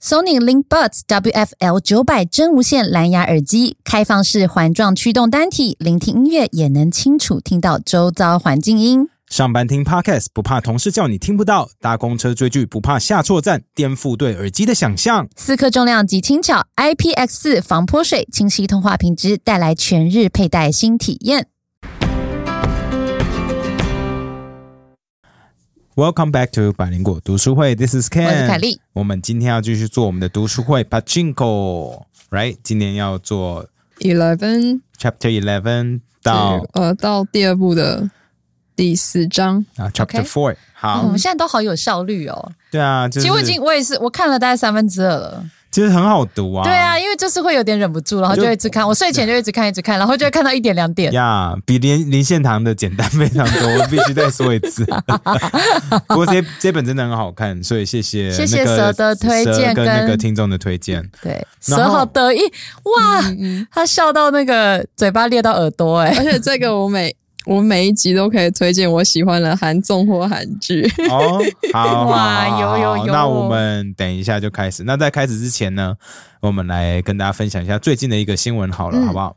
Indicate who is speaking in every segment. Speaker 1: Sony LinkBuds WFL 九百真无线蓝牙耳机，开放式环状驱动单体，聆听音乐也能清楚听到周遭环境音。
Speaker 2: 上班听 podcast 不怕同事叫你听不到，搭公车追剧不怕下错站，颠覆对耳机的想象。
Speaker 1: 四克重量级轻巧，IPX 四防泼水，清晰通话品质，带来全日佩戴新体验。
Speaker 2: Welcome back to 百灵果读书会，This is Ken，
Speaker 1: 我是凯莉。
Speaker 2: 我们今天要继续做我们的读书会 Pachinko，right？今天要做
Speaker 3: Eleven
Speaker 2: Chapter Eleven 到
Speaker 3: 呃到第二部的第四章，
Speaker 2: 啊 Chapter
Speaker 1: OK
Speaker 2: Four。
Speaker 1: 哦我
Speaker 2: 好
Speaker 1: 们，现在都好有效率哦。
Speaker 2: 对啊，就
Speaker 1: 其实
Speaker 2: 是
Speaker 1: 我已经我也是我看了大概三分之二了。
Speaker 2: 其实很好读啊。
Speaker 1: 对啊，因为就是会有点忍不住，然后
Speaker 2: 就
Speaker 1: 就一直看。我睡前就一直看，一直看，然后就会看到一点两 点。
Speaker 2: 呀比林林献堂的简单非常多， 我必须再说一次。不过这这本真的很好看，所以谢谢
Speaker 1: 谢谢
Speaker 2: 那个
Speaker 1: 蛇的推荐
Speaker 2: 蛇跟那个
Speaker 1: 跟
Speaker 2: 听众的推荐。
Speaker 1: 对，
Speaker 2: 然后
Speaker 1: 舌好得意哇！
Speaker 3: 嗯嗯，
Speaker 1: 他笑到那个嘴巴裂到耳朵、哎，
Speaker 3: 而且这个我每 我每一集都可以推荐我喜欢的韩综或韩 剧。
Speaker 2: 哦，好，
Speaker 1: 哇
Speaker 2: 好好好
Speaker 1: 有有有
Speaker 2: 好那我们等一下就开始。那在开始之前呢，我们来跟大家分享一下最近的一个新闻，好了，
Speaker 1: 嗯
Speaker 2: 好不好？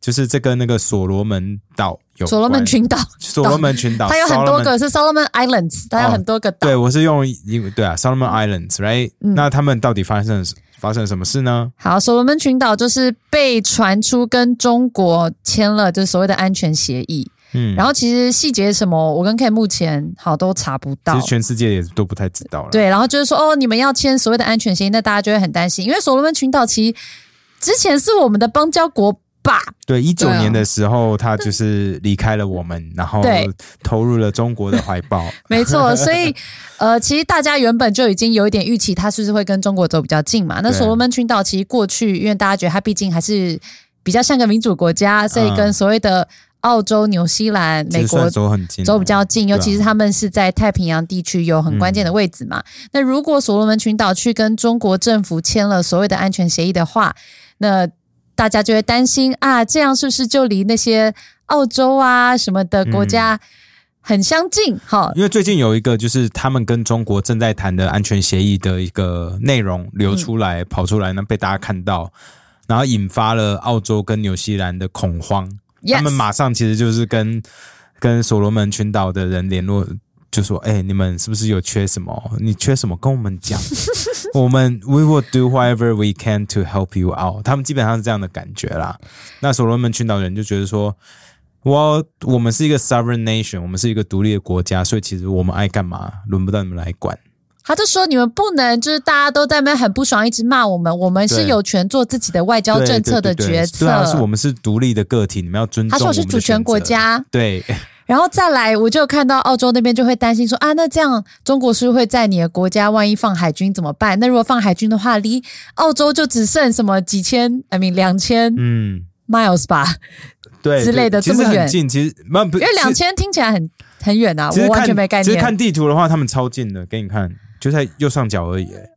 Speaker 2: 就是这跟那个所罗门岛有
Speaker 1: 所罗门
Speaker 2: 关
Speaker 1: 群岛，
Speaker 2: 所罗门群岛，
Speaker 1: 它有很多
Speaker 2: Solomon- 哦
Speaker 1: 个是 Solomon Islands，它有很多个岛。
Speaker 2: 对，我是用英文对啊，Solomon Islands，right？、
Speaker 1: 嗯
Speaker 2: 那他们到底发生了发生了什么事呢？
Speaker 1: 好，所罗门群岛就是被传出跟中国签了就是所谓的安全协议，
Speaker 2: 嗯，
Speaker 1: 然后其实细节什么，我跟 K 目前好都查不到
Speaker 2: 其实。全世界也都不太知道了。，
Speaker 1: 对，然后就是说哦，你们要签所谓的安全协议，那大家就会很担心，因为所罗门群岛其实之前是我们的邦交国吧？
Speaker 2: 对，一九
Speaker 3: 对啊
Speaker 2: 年的时候，他就是离开了我们，然后
Speaker 1: 对
Speaker 2: 投入了中国的怀抱。
Speaker 1: 没错，所以呃，其实大家原本就已经有一点预期，它是不是会跟中国走比较近嘛？那
Speaker 2: 对
Speaker 1: 所罗门群岛其实过去，因为大家觉得它毕竟还是比较像个民主国家，所以跟所谓的澳洲、纽西兰、
Speaker 2: 其
Speaker 1: 美
Speaker 2: 实
Speaker 1: 国嗯
Speaker 2: 算走很近了，
Speaker 1: 走比较近，
Speaker 2: 对啊
Speaker 1: 尤其是他们是在太平洋地区有很关键的位置嘛。那如果所罗门群岛去跟中国政府签了所谓的安全协议的话，那大家就会担心啊，这样是不是就离那些澳洲啊什么的国家很相近？哈、
Speaker 2: 因为最近有一个就是他们跟中国正在谈的安全协议的一个内容流出
Speaker 1: 嗯
Speaker 2: 来、跑出来呢，被大家看到，然后引发了澳洲跟纽西兰的恐慌。他们
Speaker 1: Yes
Speaker 2: 马上其实就是跟跟所罗门群岛的人联络，就说：“哎、你们是不是有缺什么？你缺什么跟我们 讲，我们 we will do whatever we can to help you out。”他们基本上是这样的感觉啦。那所罗门群岛人就觉得说。我我们是一个 sovereign nation，我们是一个独立的国家，所以其实我们爱干嘛，轮不到你们来管。
Speaker 1: 他就说你们不能就是大家都在那边很不爽，一直骂我们，我们是
Speaker 2: 对
Speaker 1: 有权做自己的外交
Speaker 2: 对
Speaker 1: 政策的
Speaker 2: 对对对
Speaker 1: 决策。
Speaker 2: 对啊，是我们是独立的个体，你们要尊重
Speaker 1: 他
Speaker 2: 我
Speaker 1: 说
Speaker 2: 们
Speaker 1: 是
Speaker 2: 的
Speaker 1: 主权
Speaker 2: 选
Speaker 1: 国
Speaker 2: 择。
Speaker 1: 家，
Speaker 2: 对，
Speaker 1: 然后再来，我就看到澳洲那边就会担心说啊，那这样中国是不是会在你的国家万一放海军怎么办？那如果放海军的话，离澳洲就只剩什么几千，I mean 两千
Speaker 2: 嗯，
Speaker 1: miles 吧，
Speaker 2: 对
Speaker 1: 之类的
Speaker 2: 对
Speaker 1: 这
Speaker 2: 其
Speaker 1: 么
Speaker 2: 实很
Speaker 1: 远
Speaker 2: 近，其实那不
Speaker 1: 因为两
Speaker 2: 其实
Speaker 1: 千听起来很很远啊，
Speaker 2: 其
Speaker 1: 我
Speaker 2: 实
Speaker 1: 完
Speaker 2: 看
Speaker 1: 全没概
Speaker 2: 其实
Speaker 1: 念
Speaker 2: 看地图的话，他们超近的，给你看，就在右上角而已。哎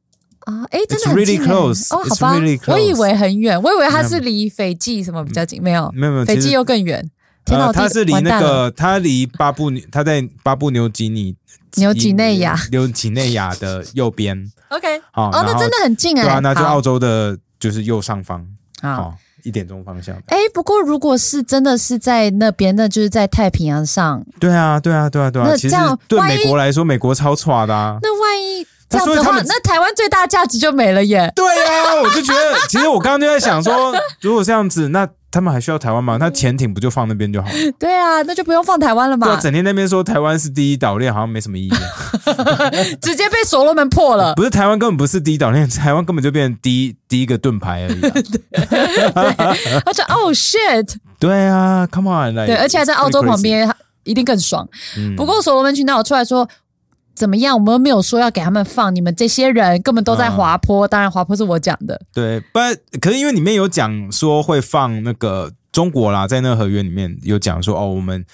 Speaker 1: 啊。诶，真
Speaker 2: It's
Speaker 1: 的很近
Speaker 2: really
Speaker 1: 欸
Speaker 2: close.
Speaker 1: 哦，好
Speaker 2: It's
Speaker 1: 吧
Speaker 2: really close.
Speaker 1: 我以为很远，我以为它是离斐济什么比较近，没有，
Speaker 2: 没有没有，
Speaker 1: 斐
Speaker 2: 其
Speaker 1: 济
Speaker 2: 实
Speaker 1: 又更远。天哪，
Speaker 2: 呃，
Speaker 1: 我
Speaker 2: 它
Speaker 1: 地
Speaker 2: 是离
Speaker 1: 完
Speaker 2: 那
Speaker 1: 蛋了
Speaker 2: 个，它离巴布，它在巴布牛吉尼
Speaker 1: 纽几内亚，
Speaker 2: 纽几内亚的右边。
Speaker 1: OK，
Speaker 2: 好，
Speaker 1: 哦，那
Speaker 2: 然后
Speaker 1: 真的很近哎，
Speaker 2: 对啊，那就
Speaker 1: 好
Speaker 2: 澳洲的就是右上方，
Speaker 1: 好。
Speaker 2: 好一点钟方向。
Speaker 1: 哎，不过如果是真的是在那边，那就是在太平洋上，
Speaker 2: 对啊，对啊，对啊，对啊。
Speaker 1: 那
Speaker 2: 其实
Speaker 1: 这样
Speaker 2: 对
Speaker 1: 万一
Speaker 2: 美国来说，美国超差的啊。
Speaker 1: 那万一这
Speaker 2: 那
Speaker 1: 样
Speaker 2: 所
Speaker 1: 子的
Speaker 2: 以他
Speaker 1: 话，
Speaker 2: 们
Speaker 1: 那台湾最大价值就没了耶。
Speaker 2: 对啊，我就觉得，其实我刚刚就在想说，如果这样子，那他们还需要台湾吗？那潜艇不就放那边就好了？
Speaker 1: 对啊，那就不用放台湾了
Speaker 2: 对啊，
Speaker 1: 嘛，
Speaker 2: 整天那边说台湾是第一岛链，好像没什 么意义。
Speaker 1: 直接被所罗门破了。
Speaker 2: 不是台湾根本不是第一岛链，台湾根本就变成第一第一个盾牌而已、 啊。
Speaker 1: 他说：“哦 shit！”
Speaker 2: 对啊，Come on，like,
Speaker 1: 对，而且还在
Speaker 2: it's
Speaker 1: 澳洲
Speaker 2: pretty
Speaker 1: 旁边，一定更爽。
Speaker 2: crazy。嗯
Speaker 1: 不过所罗门群岛有出来说。怎么样？我们又没有说要给他们放，你们这些人根本都
Speaker 2: 啊
Speaker 1: 在滑坡。当然，滑坡是我讲的，
Speaker 2: 对，but 可是因为里面有讲说会放那个中国啦，在那个合约里面有讲说哦，我们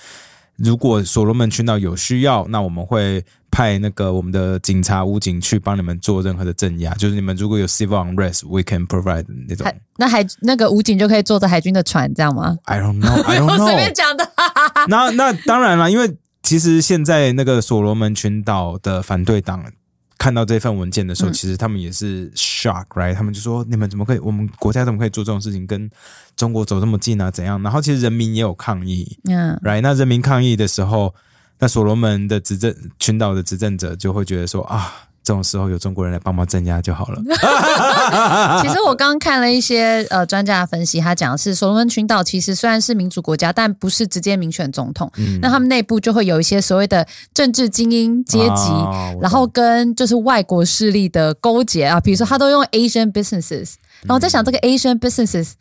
Speaker 2: 如果所罗门群岛有需要，那我们会派那个我们的警察武警去帮你们做任何的镇压，就是你们如果有 civil unrest，we can provide 那种。
Speaker 1: 海那海那个武警就可以坐着海军的船，这样吗？
Speaker 2: I don't know，I
Speaker 1: 我
Speaker 2: don't
Speaker 1: 随便
Speaker 2: know。
Speaker 1: 讲的。
Speaker 2: 那那当然啦，因为其实现在那个所罗门群岛的反对党看到这份文件的时候，
Speaker 1: 嗯
Speaker 2: 其实他们也是 shock，right？他们就说：“你们怎么可以？我们国家怎么可以做这种事情？跟中国走这么近啊？怎样？”然后其实人民也有抗议
Speaker 1: 嗯
Speaker 2: ，right？那人民抗议的时候，那所罗门的执政群岛的执政者就会觉得说：“啊，这种时候有中国人来帮忙镇压就好了。啊
Speaker 1: 其实我刚看了一些呃专家的分析，他讲的是所罗门群岛其实虽然是民主国家，但不是直接民选总统，
Speaker 2: 嗯
Speaker 1: 那他们内部就会有一些所谓的政治精英阶级。
Speaker 2: 啊我
Speaker 1: 然后
Speaker 2: 懂
Speaker 1: 跟就是外国势力的勾结啊，比如说他都用 Asian businesses，然后我在想这
Speaker 2: 嗯
Speaker 1: 个 Asian businesses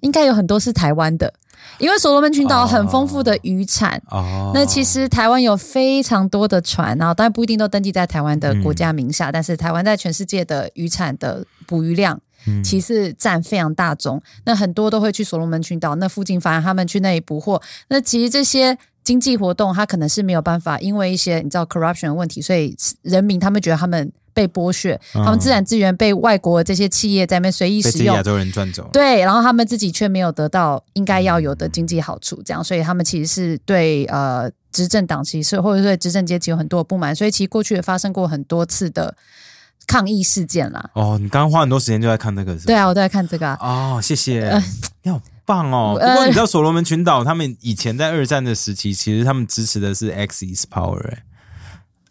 Speaker 1: 应该有很多是台湾的，因为所罗门群岛很丰富的
Speaker 2: 啊
Speaker 1: 渔产。
Speaker 2: 哦，
Speaker 1: 那其实台湾有非常多的船，然后当然不一定都登记在台湾的国家名下，但是台湾在全世界的渔产的捕鱼量
Speaker 2: 嗯
Speaker 1: 其实占非常大宗。那很多都会去所罗门群岛那附近，反而他们去那里捕获。那其实这些经济活动，它可能是没有办法，因为一些你知道 corruption 的问题，所以人民他们觉得他们被剥削，
Speaker 2: 嗯
Speaker 1: 他们自然资源被外国这些企业在那边随意
Speaker 2: 被这
Speaker 1: 使
Speaker 2: 些
Speaker 1: 用
Speaker 2: 亚。洲人赚走了。
Speaker 1: 对，然后他们自己却没有得到应该要有的经济好处，这样，所以他们其实是对呃执政党其实或者对执政阶级有很多的不满，所以其实过去也发生过很多次的抗议事件啦。
Speaker 2: 哦，你刚刚花很多时间就在看这个，是吧
Speaker 1: 对啊，我都在看这个、啊。
Speaker 2: 哦，谢谢，你好棒哦。
Speaker 1: 呃
Speaker 2: 不过你知道所罗门群岛他们以前在二战的时期，其实他们支持的是 Axis Power，、欸、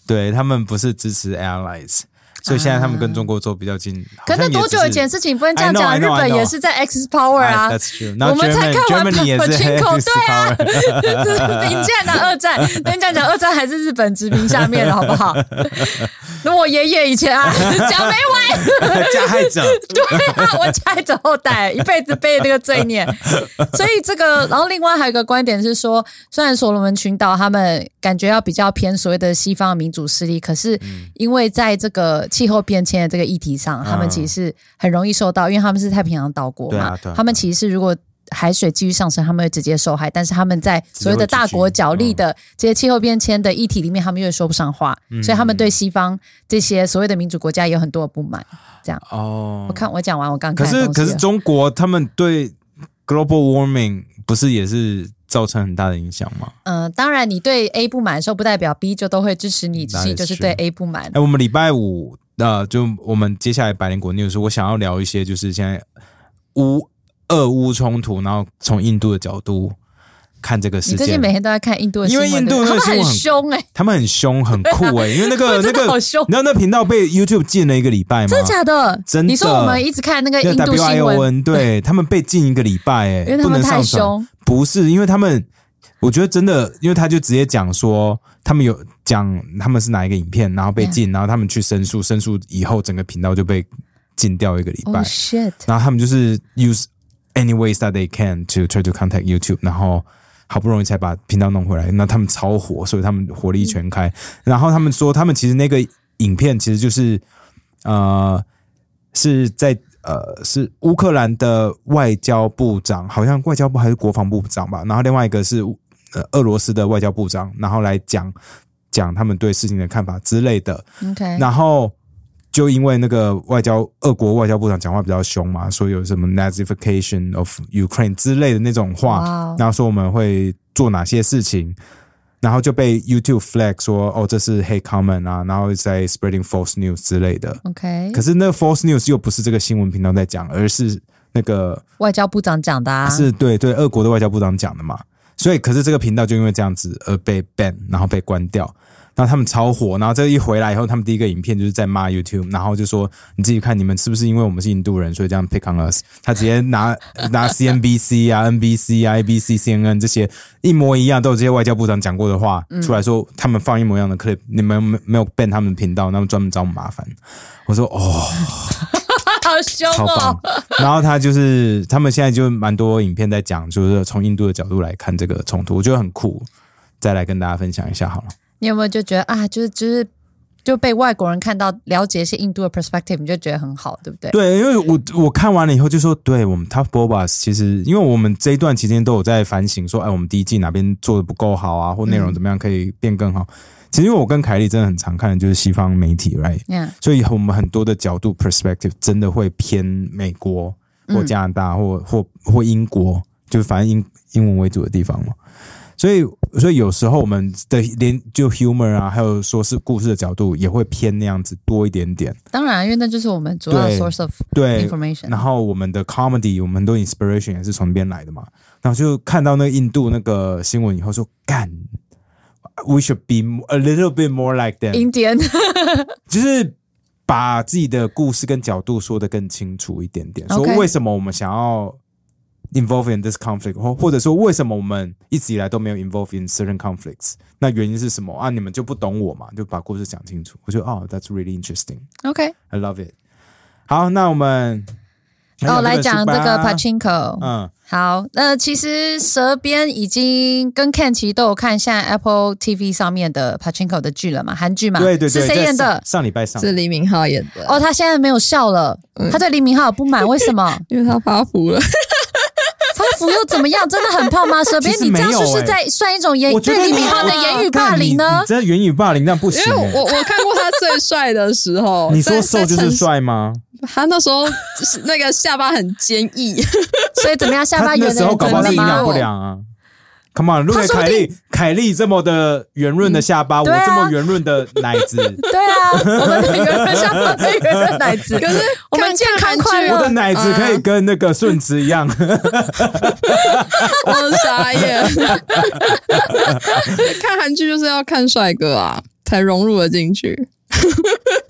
Speaker 2: 对他们不是支持 Allies，所以现在他们跟中国走比较近。
Speaker 1: 啊可是那多久以前的事情？不能这样讲啊，
Speaker 2: I
Speaker 1: 日
Speaker 2: know, I know,
Speaker 1: 本
Speaker 2: I know 哎
Speaker 1: 也是在 X Power 啊
Speaker 2: t h a。t s true。
Speaker 1: 我们才看完
Speaker 2: Germany 也是
Speaker 1: Pachinko，
Speaker 2: Axis
Speaker 1: 对啊
Speaker 2: Power
Speaker 1: 你竟然拿啊二战，那你这样讲二战还是日本殖民下面的好不好？ 那我爷爷以前啊，讲没完。
Speaker 2: 加害 者。
Speaker 1: 对啊，我家还走后代，一辈子背这个罪 孽。所以这个，然后另外还有一个观点是说，虽然所罗门群岛他们感觉要比较偏所谓的西方民主势力，可是
Speaker 2: 嗯
Speaker 1: 因为在这个气候变迁的这个议题上，他们其实是很容易受到，因为他们是太平洋岛国
Speaker 2: 啊对
Speaker 1: 嘛，
Speaker 2: 啊对啊
Speaker 1: 他们其实如果。海水继续上升，他们会直接受害。但是他们在所谓的大国角力的这些气候变迁的议题里面，他们又说不上话，
Speaker 2: 嗯
Speaker 1: 所以他们对西方这些所谓的民主国家也有很多的不满。
Speaker 2: 哦，
Speaker 1: 我看我讲完，我刚
Speaker 2: 可
Speaker 1: 看的
Speaker 2: 是
Speaker 1: 东西
Speaker 2: 可是
Speaker 1: 了
Speaker 2: 中国他们对 global warming 不是也是造成很大的影响吗？
Speaker 1: 嗯，当然你对 A 不满的时候，不代表 B 就都会支持你，只
Speaker 2: 那
Speaker 1: 是
Speaker 2: 也
Speaker 1: 就是
Speaker 2: 是
Speaker 1: 对 A 不满
Speaker 2: 哎、。我们礼拜五呃，就我们接下来百灵果 news，我想要聊一些就是现在乌俄乌冲突，然后从印度的角度看这个
Speaker 1: 你
Speaker 2: 事
Speaker 1: 最近
Speaker 2: 件。
Speaker 1: 每天都在看印度的
Speaker 2: 因
Speaker 1: 新
Speaker 2: 为
Speaker 1: 闻，
Speaker 2: 印度
Speaker 1: 对
Speaker 2: 那
Speaker 1: 不对
Speaker 2: 个
Speaker 1: 他
Speaker 2: 新
Speaker 1: 们
Speaker 2: 闻
Speaker 1: 很
Speaker 2: 很
Speaker 1: 凶哎，
Speaker 2: 他们很凶，很 酷哎、因为那个那
Speaker 1: 啊真的
Speaker 2: 个
Speaker 1: 好，凶
Speaker 2: 你，知道那频道被 YouTube 禁了一个礼拜吗？
Speaker 1: 真的假的？
Speaker 2: 啊真的
Speaker 1: 你说我们一直看那个印度
Speaker 2: W I
Speaker 1: 新
Speaker 2: O
Speaker 1: 闻，
Speaker 2: N，对他们被禁一个礼拜、欸，
Speaker 1: 因为他
Speaker 2: 不
Speaker 1: 们
Speaker 2: 能
Speaker 1: 太
Speaker 2: 上传。
Speaker 1: 凶。
Speaker 2: 不是，因为他们，我觉得真的，因为他就直接讲说，他们有讲他们是哪一个影片，然后被禁，然后他们去申诉，申诉以后整个频道就被禁掉一个礼拜，
Speaker 1: Oh shit！
Speaker 2: 然后他们就是 use any ways that they can to try to contact YouTube，然后。好不容易才把频道弄回来，那他们超火，所以他们火力全开。然后他们说，他们其实那个影片其实就是，呃，是在呃是乌克兰的外交部长，好像外交部还是国防部长吧，然后另外一个是呃俄罗斯的外交部长，然后来讲讲他们对事情的看法之类的。
Speaker 1: OK，
Speaker 2: 然后就因为那个外交俄国外交部长讲话比较凶嘛，说有什么 nazification of Ukraine 之类的那种
Speaker 1: 哇
Speaker 2: 话
Speaker 1: 哦，
Speaker 2: 然后说我们会做哪些事情。然后就被 YouTube flag 说哦，这是 hate comment 啊，然后在 spreading false news 之类的。
Speaker 1: OK，
Speaker 2: 可是那个 false news 又不是这个新闻频道在讲，而是那个、
Speaker 1: 外交部长讲的啊，
Speaker 2: 是对对俄国的外交部长讲的嘛。所以，可是这个频道就因为这样子而被 ban，然后被关掉。然后他们超火，然后这一回来以后，他们第一个影片就是在骂 YouTube，然后就说你自己看，你们是不是因为我们是印度人，所以这样 pick on us？他直接拿 拿 CNBC 啊、NBC 啊、ABC、CNN 这些一模一样，都有这些外交部长讲过的话、出来说，他们放一模一样的 clip，你们没没有 ban 他们的频道，那么专门找我们麻烦。我说哦，
Speaker 1: 好凶
Speaker 2: 超棒
Speaker 1: 哦。！
Speaker 2: 然后他就是他们现在就蛮多影片在讲，就是从印度的角度来看这个冲突，我觉得很酷。再来跟大家分享一下好了。
Speaker 1: 你有没有就觉得啊，就是就是就被外国人看到了解一些印度的 perspective，你就觉得很好，对不对？
Speaker 2: 对，因为我我看完了以后就说，对我们 Tough Bobas 其实，因为我们这一段期间都有在反省说，哎，我们第一季哪边做的不够好啊，或内容怎么样可以变更好。其实因为我跟凯莉真的很常看的就是西方媒体，right？
Speaker 1: 嗯
Speaker 2: 所以我们很多的角度 perspective 真的会偏美国或加拿大或、或或英国，就反正英英文为主的地方嘛。所以所以有时候我们的连就 humor 啊，还有说是故事的角度也会偏那样子多一点点。
Speaker 1: 当然，因为那就是我们主要的
Speaker 2: 对
Speaker 1: source of
Speaker 2: 对，
Speaker 1: information。
Speaker 2: 然后我们的 comedy，我们都 inspiration 也是从那边来的嘛。然后就看到那个印度那个新闻以后说，干，we should be a little bit more like them，
Speaker 1: Indian
Speaker 2: 就是把自己的故事跟角度说的更清楚一点点，说
Speaker 1: OK
Speaker 2: 为什么我们想要 involve in this conflict，或或者说为什么我们一直以来都没有 involve in certain conflicts，那原因是什么啊？你们就不懂我嘛，就把故事讲清楚。我觉得哦，that's really interesting，I
Speaker 1: OK，
Speaker 2: love it。好，那我们哎
Speaker 1: 哦，来讲这个
Speaker 2: 书吧
Speaker 1: Pachinko。
Speaker 2: 啊嗯，
Speaker 1: 好，那其实蛇边已经跟 Ken 其实都有看现在 Apple TV 上面的 Pachinko 的剧了嘛，韩剧嘛，
Speaker 2: 对对对，
Speaker 1: 是谁
Speaker 2: 在
Speaker 1: 演的
Speaker 2: 上？上礼拜上
Speaker 3: 是李敏镐演的，
Speaker 1: 哦，他现在没有笑了，
Speaker 2: 嗯
Speaker 1: 他对李敏镐有不满，为什么？
Speaker 3: 因为他发福了。
Speaker 1: 发福又怎么样？真的很胖 吗？蛇边，
Speaker 2: 其实
Speaker 1: 你这样
Speaker 2: 没有
Speaker 1: 是不是
Speaker 2: 欸
Speaker 1: 在算一种言
Speaker 2: 我觉得
Speaker 1: 哎对李敏
Speaker 2: 你啊
Speaker 1: 镐的言语霸凌
Speaker 2: 干你
Speaker 1: 呢
Speaker 2: 你？真的言语霸凌那不行
Speaker 3: 因为
Speaker 2: 欸。
Speaker 3: 我我看过他最帅的时 候，
Speaker 2: 你说
Speaker 3: 在
Speaker 2: 瘦就，是
Speaker 3: 在城市
Speaker 2: 帅吗？
Speaker 3: 他那时候是那个下巴很坚毅，
Speaker 1: 所以怎么样？下
Speaker 2: 他
Speaker 1: 巴
Speaker 2: 那
Speaker 1: 圆的
Speaker 2: 时候
Speaker 1: 人
Speaker 2: 搞
Speaker 1: 怎么了
Speaker 2: 不好是营养
Speaker 1: 吗
Speaker 2: 不？良啊。Come on，如果
Speaker 1: 他说不
Speaker 2: 凯莉凯莉这么的圆润的下巴，我
Speaker 1: 对啊
Speaker 2: 这么圆润的奶子，
Speaker 1: 对啊，我们的圆润下巴被圆润奶子，
Speaker 3: 可是
Speaker 1: 我们
Speaker 3: 看
Speaker 1: 健康
Speaker 3: 看韩
Speaker 1: 快
Speaker 3: 剧
Speaker 1: 乐
Speaker 2: 我的奶
Speaker 1: 嗯
Speaker 2: 子可以跟那个顺子一样，
Speaker 3: 我傻眼。 看韩剧就是要看帅哥啊，才融入了进去。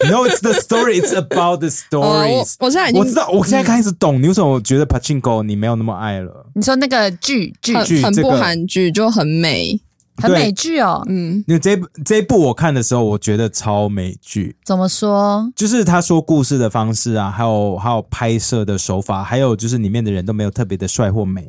Speaker 2: No, it's the story. It's about the
Speaker 3: 哦，我
Speaker 2: stories.
Speaker 3: 我现在已经
Speaker 2: 我知道，我
Speaker 1: 嗯
Speaker 2: 现在开始懂你为什么觉得 Pachinko 你没有那么爱了，
Speaker 1: 你说那个剧剧
Speaker 3: 很
Speaker 2: 剧
Speaker 3: 很
Speaker 2: 这
Speaker 3: 不
Speaker 2: 个
Speaker 3: 韩剧，就很美。
Speaker 1: 很
Speaker 2: 对
Speaker 1: 美剧哦，
Speaker 3: 嗯，
Speaker 2: 因为这这一部我看的时候，我觉得超美剧，
Speaker 1: 怎么说？
Speaker 2: 就是他说故事的方式啊，还有还有拍摄的手法，还有就是里面的人都没有特别的帅或美，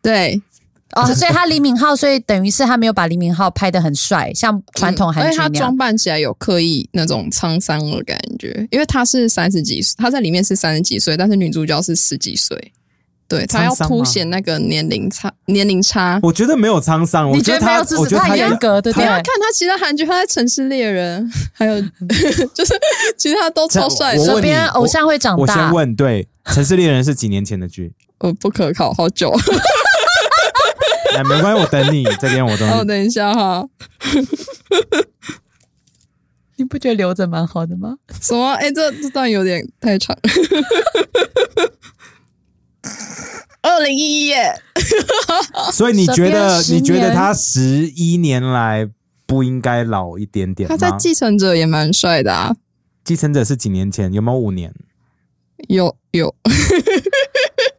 Speaker 3: 对，
Speaker 1: 哦，所以他李敏镐，所以等于是他没有把李敏镐拍的很帅，像传统韩
Speaker 3: 而
Speaker 1: 剧
Speaker 3: 且他
Speaker 1: 那样
Speaker 3: 装。扮起来有刻意那种沧桑的感觉，因为他是三十几岁，他在里面是三十几岁，但是女主角是十几岁，对他要
Speaker 2: 沧桑吗
Speaker 3: 凸显那个年龄差，年龄差。
Speaker 2: 我觉得没有沧桑，我
Speaker 1: 你觉
Speaker 2: 觉得
Speaker 1: 得没
Speaker 2: 他
Speaker 1: 有，只
Speaker 2: 我
Speaker 1: 是
Speaker 2: 觉得他
Speaker 1: 太严格，对不
Speaker 3: 你
Speaker 1: 对
Speaker 3: 要？看他其他韩剧，他在《城市猎人》， 还有就是其他都超帅
Speaker 2: 我
Speaker 1: 这
Speaker 2: 问
Speaker 3: 的，
Speaker 2: 你
Speaker 1: 边偶像会长
Speaker 2: 我
Speaker 1: 大
Speaker 2: 先，问，对，《城市猎人》是几年前的剧？
Speaker 3: 呃，不可靠，好久。
Speaker 2: 哎，没关系，我等你，这边我等
Speaker 3: 哦，
Speaker 2: 你。
Speaker 3: 等一下哈，
Speaker 1: 你不觉得留着蛮好的吗？
Speaker 3: 什么？哎、这这段有点太长。二零一一耶，
Speaker 2: 所以你觉得，
Speaker 1: 10
Speaker 2: 你觉得
Speaker 1: 年
Speaker 2: 他十一年来不应该老一点点
Speaker 3: 他
Speaker 2: 吗？
Speaker 3: 在《继承者》也蛮帅的啊，
Speaker 2: 继承者是几年前？有没有五年？
Speaker 3: 有有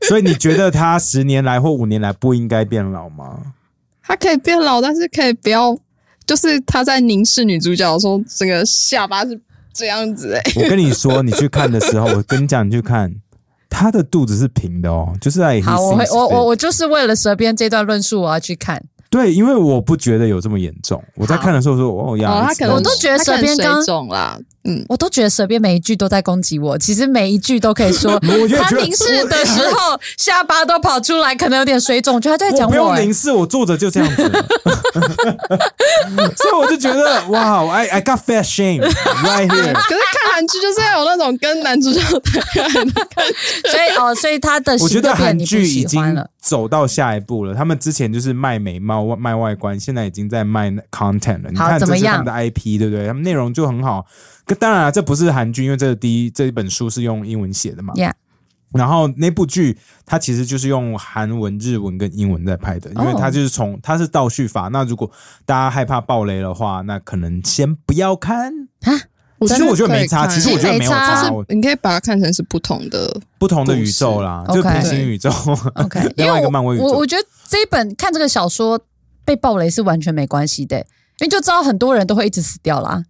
Speaker 2: 所以你觉得他十年来或五年来不应该变老吗？
Speaker 3: 他可以变老，但是可以不要，就是他在凝视女主角的时候，整个下巴是这样子、欸，
Speaker 2: 我跟你说，你去看的时候，我跟你讲，你去看，他的肚子是平的哦，就是在
Speaker 1: 好，我会，我我我就是为了蛇边这段论述，我要去看。
Speaker 2: 对，因为我不觉得有这么严重。我在
Speaker 1: 好
Speaker 2: 看的时候说，哦呀，
Speaker 3: 哦，他
Speaker 2: it's
Speaker 3: 可能
Speaker 1: 我
Speaker 2: normal
Speaker 1: 都觉得
Speaker 3: 他可能
Speaker 1: 舌边刚
Speaker 3: 水肿啦，嗯，
Speaker 1: 我都觉得蛇边每一句都在攻击我，其实每一句都可以说。
Speaker 2: 我觉得
Speaker 1: 他凝视的时候，下巴都跑出来，可能有点水肿，我觉得他就在
Speaker 2: 我
Speaker 1: 讲
Speaker 2: 不
Speaker 1: 我、
Speaker 2: 用
Speaker 1: 欸
Speaker 2: 凝。视，我坐着就这样子， 所以我就觉得哇，I I got fat shame right
Speaker 3: 可是
Speaker 2: here。
Speaker 3: 看韩剧就是要有那种跟男主角谈恋爱的感觉，
Speaker 1: 所以哦，所以他的
Speaker 2: 我觉
Speaker 1: 型就
Speaker 2: 得
Speaker 1: 变
Speaker 2: 韩
Speaker 1: 你不
Speaker 2: 剧已
Speaker 1: 喜欢
Speaker 2: 经
Speaker 1: 了。
Speaker 2: 走到下一步了，他们之前就是卖美貌、卖外观，现在已经在卖 content 了。你
Speaker 1: 好
Speaker 2: 看
Speaker 1: 怎么
Speaker 2: 这是他
Speaker 1: 样
Speaker 2: 们的 IP，对不对？他们内容就很好。可当然、啊，这不是韩剧，因为这个第一这一本书是用英文写的嘛。
Speaker 1: Yeah
Speaker 2: 然后那部剧它其实就是用韩文、日文跟英文在拍的，因为
Speaker 1: 哦
Speaker 2: 它就是从它是倒叙法。那如果大家害怕爆雷的话，那可能先不要看。 其实我觉得没差，其实我觉得没有
Speaker 1: 没差
Speaker 2: 差，
Speaker 1: 它
Speaker 2: 我
Speaker 3: 你可以把它看成是不同的，
Speaker 2: 不同的宇宙啦，
Speaker 1: 故
Speaker 2: 就
Speaker 1: 事
Speaker 2: 平
Speaker 1: OK
Speaker 2: 行宇宙
Speaker 1: OK，因
Speaker 2: 另外
Speaker 1: 为
Speaker 2: 一个
Speaker 1: 我
Speaker 2: 漫威宇宙。
Speaker 1: 我我觉得这一本看这个小说被暴雷是完全没关系的、因为就知道很多人都会一直死掉啦，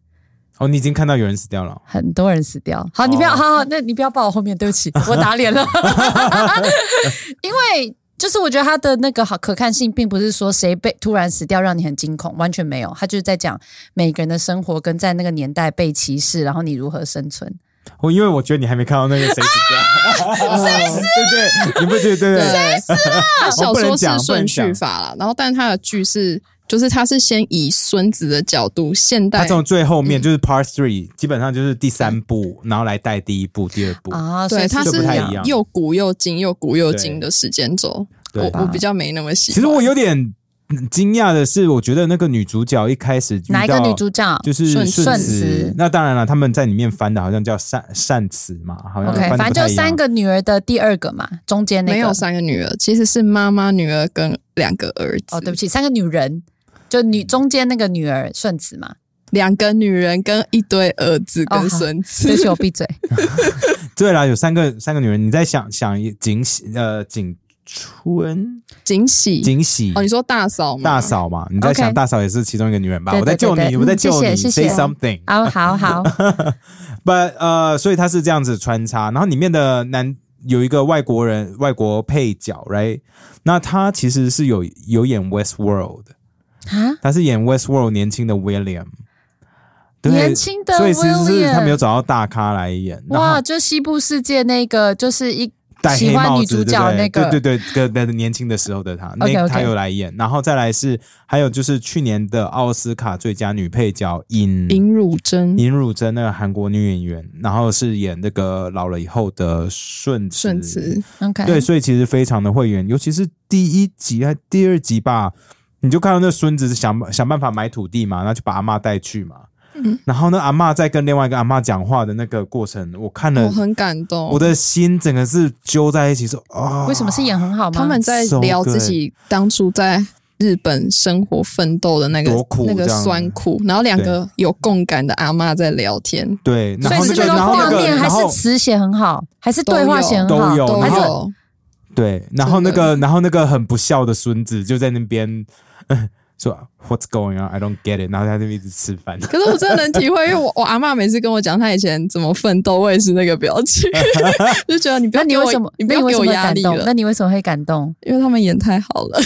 Speaker 2: 哦，你已经看到有人死掉了。
Speaker 1: 很多人死掉。好，你不要，
Speaker 2: 哦
Speaker 1: 好好，那你不要报我后面，对不 起，我打脸了。 因为就是我觉得他的那个好可看性，并不是说谁被突然死掉让你很惊恐，完全没有，他就是在讲每个人的生活跟在那个年代被歧视，然后你如何生存。
Speaker 2: 我哦因为我觉得你还没看到那个谁死掉，谁死？对 对，你不觉得？对对对，
Speaker 3: 对，他
Speaker 1: 啊
Speaker 3: 小
Speaker 2: 不能
Speaker 3: 说
Speaker 2: 讲
Speaker 3: 是
Speaker 2: 不能
Speaker 3: 顺序
Speaker 2: 讲
Speaker 3: 法啦，然后但他的剧是，就是他是先以孙子的角度，现
Speaker 2: 他
Speaker 3: 代
Speaker 2: 从最后
Speaker 1: 嗯
Speaker 2: 面就是 Part Three，基本上就是第三部，然后来带第一部、第二部。
Speaker 1: 啊，所以
Speaker 3: 对，它
Speaker 2: 就是不太一样
Speaker 3: 又古又今，又古又
Speaker 2: 对
Speaker 3: 今的时间轴。
Speaker 2: 对
Speaker 3: 我我比较没那么喜
Speaker 2: 其
Speaker 3: 欢。
Speaker 2: 实我有点嗯惊讶的是，我觉得那个女主角一开始遇
Speaker 1: 哪一个
Speaker 2: 到
Speaker 1: 女主角？
Speaker 2: 就是
Speaker 3: 顺
Speaker 1: 顺
Speaker 2: 慈
Speaker 1: 慈，
Speaker 2: 那当然了，他们在里面翻的好像叫善善慈嘛，好像
Speaker 1: OK，
Speaker 2: 翻的
Speaker 1: 反
Speaker 2: 不太
Speaker 1: 正
Speaker 2: 一
Speaker 1: 就
Speaker 2: 样
Speaker 1: 三。个女儿的第二个嘛，中间那个
Speaker 3: 没有三个女儿，其实是妈妈、女儿跟两个儿子。
Speaker 1: 哦，对不起，三个女人，就女
Speaker 2: 嗯
Speaker 1: 中间那个女儿顺子嘛。
Speaker 3: 两个女人跟一堆儿子
Speaker 1: 哦
Speaker 3: 跟孙子。
Speaker 1: 对不起，我闭 嘴。
Speaker 2: 对啦，有三个三个女人，你在想想景喜呃景春
Speaker 3: 惊喜
Speaker 2: 景喜
Speaker 3: 哦，你说大嫂吗？
Speaker 2: 大嫂嘛，你在
Speaker 1: OK
Speaker 2: 想大嫂也是其中一个女人吧？
Speaker 1: 对
Speaker 2: 我在
Speaker 1: 对对
Speaker 2: 救你，
Speaker 1: 对
Speaker 2: 我在
Speaker 1: 嗯
Speaker 2: 救
Speaker 1: 谢谢
Speaker 2: 你
Speaker 1: 谢
Speaker 2: ，say
Speaker 1: 谢
Speaker 2: something。
Speaker 1: 好啊好 好，
Speaker 2: But 呃，所以他是这样子穿插，然后里面的男有一个外国人，外国配角，right？那他其实是有有演 Westworld，的
Speaker 1: 啊，
Speaker 2: 他是演 Westworld 年轻的 William，对
Speaker 1: 年轻的
Speaker 2: 所以其实是他没有
Speaker 1: William，
Speaker 2: 找到大咖来演，然后
Speaker 1: 哇，就西部世界那个，就是一
Speaker 2: 戴黑
Speaker 1: 喜欢
Speaker 2: 帽
Speaker 1: 女
Speaker 2: 子，
Speaker 1: 主
Speaker 2: 对不
Speaker 1: 角
Speaker 2: 对
Speaker 1: 那个，
Speaker 2: 对对对，跟跟年轻的时候的他，那
Speaker 1: OK，OK
Speaker 2: 他有来演，然后再来是还有就是去年的奥斯卡最佳女配角尹
Speaker 3: 尹汝
Speaker 1: 嗯
Speaker 3: 贞，
Speaker 2: 尹汝贞那个韩国女演员，然后是演那个老了以后的顺子
Speaker 3: 顺慈，
Speaker 1: OK，
Speaker 2: 对，所以其实非常的会演，尤其是第一集还第二集吧，你就看到那孙子想想办法买土地嘛，然后就把阿嬷带去嘛。
Speaker 3: 嗯
Speaker 2: 然后呢，阿嬷在跟另外一个阿嬷讲话的那个过程，我看了，
Speaker 1: 哦
Speaker 3: 我很感动。
Speaker 2: 我的心整个是揪在一起说，啊，
Speaker 1: 为什么是演很好吗？
Speaker 3: 他们在
Speaker 2: So
Speaker 3: 聊自己当初在日本生活奋斗的那个
Speaker 2: 多苦
Speaker 3: 那个
Speaker 2: 这样
Speaker 3: 酸苦，然后两个有共感的阿嬷在聊天，
Speaker 2: 对？然
Speaker 1: 所以
Speaker 2: 后
Speaker 1: 是那
Speaker 2: 那个，
Speaker 1: 个
Speaker 2: 然后
Speaker 1: 画
Speaker 2: 那个，
Speaker 1: 面还
Speaker 2: 然
Speaker 1: 是
Speaker 2: 后
Speaker 1: 词写很好，还是对话写很
Speaker 2: 都
Speaker 1: 好，
Speaker 2: 有
Speaker 3: 都
Speaker 1: 还是
Speaker 3: 有
Speaker 2: 对，然后那
Speaker 3: 真
Speaker 2: 个，然后那个很不孝的孙子就在那边 说 What's going on? I don't get it。然后他就一直吃饭。
Speaker 3: 可是我真的能体会，因为我我 阿嬷每次跟我讲她以前怎么奋斗，我也是那个表情， 就觉得你不
Speaker 1: 那
Speaker 3: 要
Speaker 1: 你
Speaker 3: 给我
Speaker 1: 为什么？
Speaker 3: 你不
Speaker 1: 那
Speaker 3: 要
Speaker 1: 为
Speaker 3: 给
Speaker 1: 什
Speaker 3: 我
Speaker 1: 么会
Speaker 3: 压
Speaker 1: 感
Speaker 3: 力
Speaker 1: 动？
Speaker 3: 了
Speaker 1: 那，你为什么会感动？
Speaker 3: 因为他们演太好了。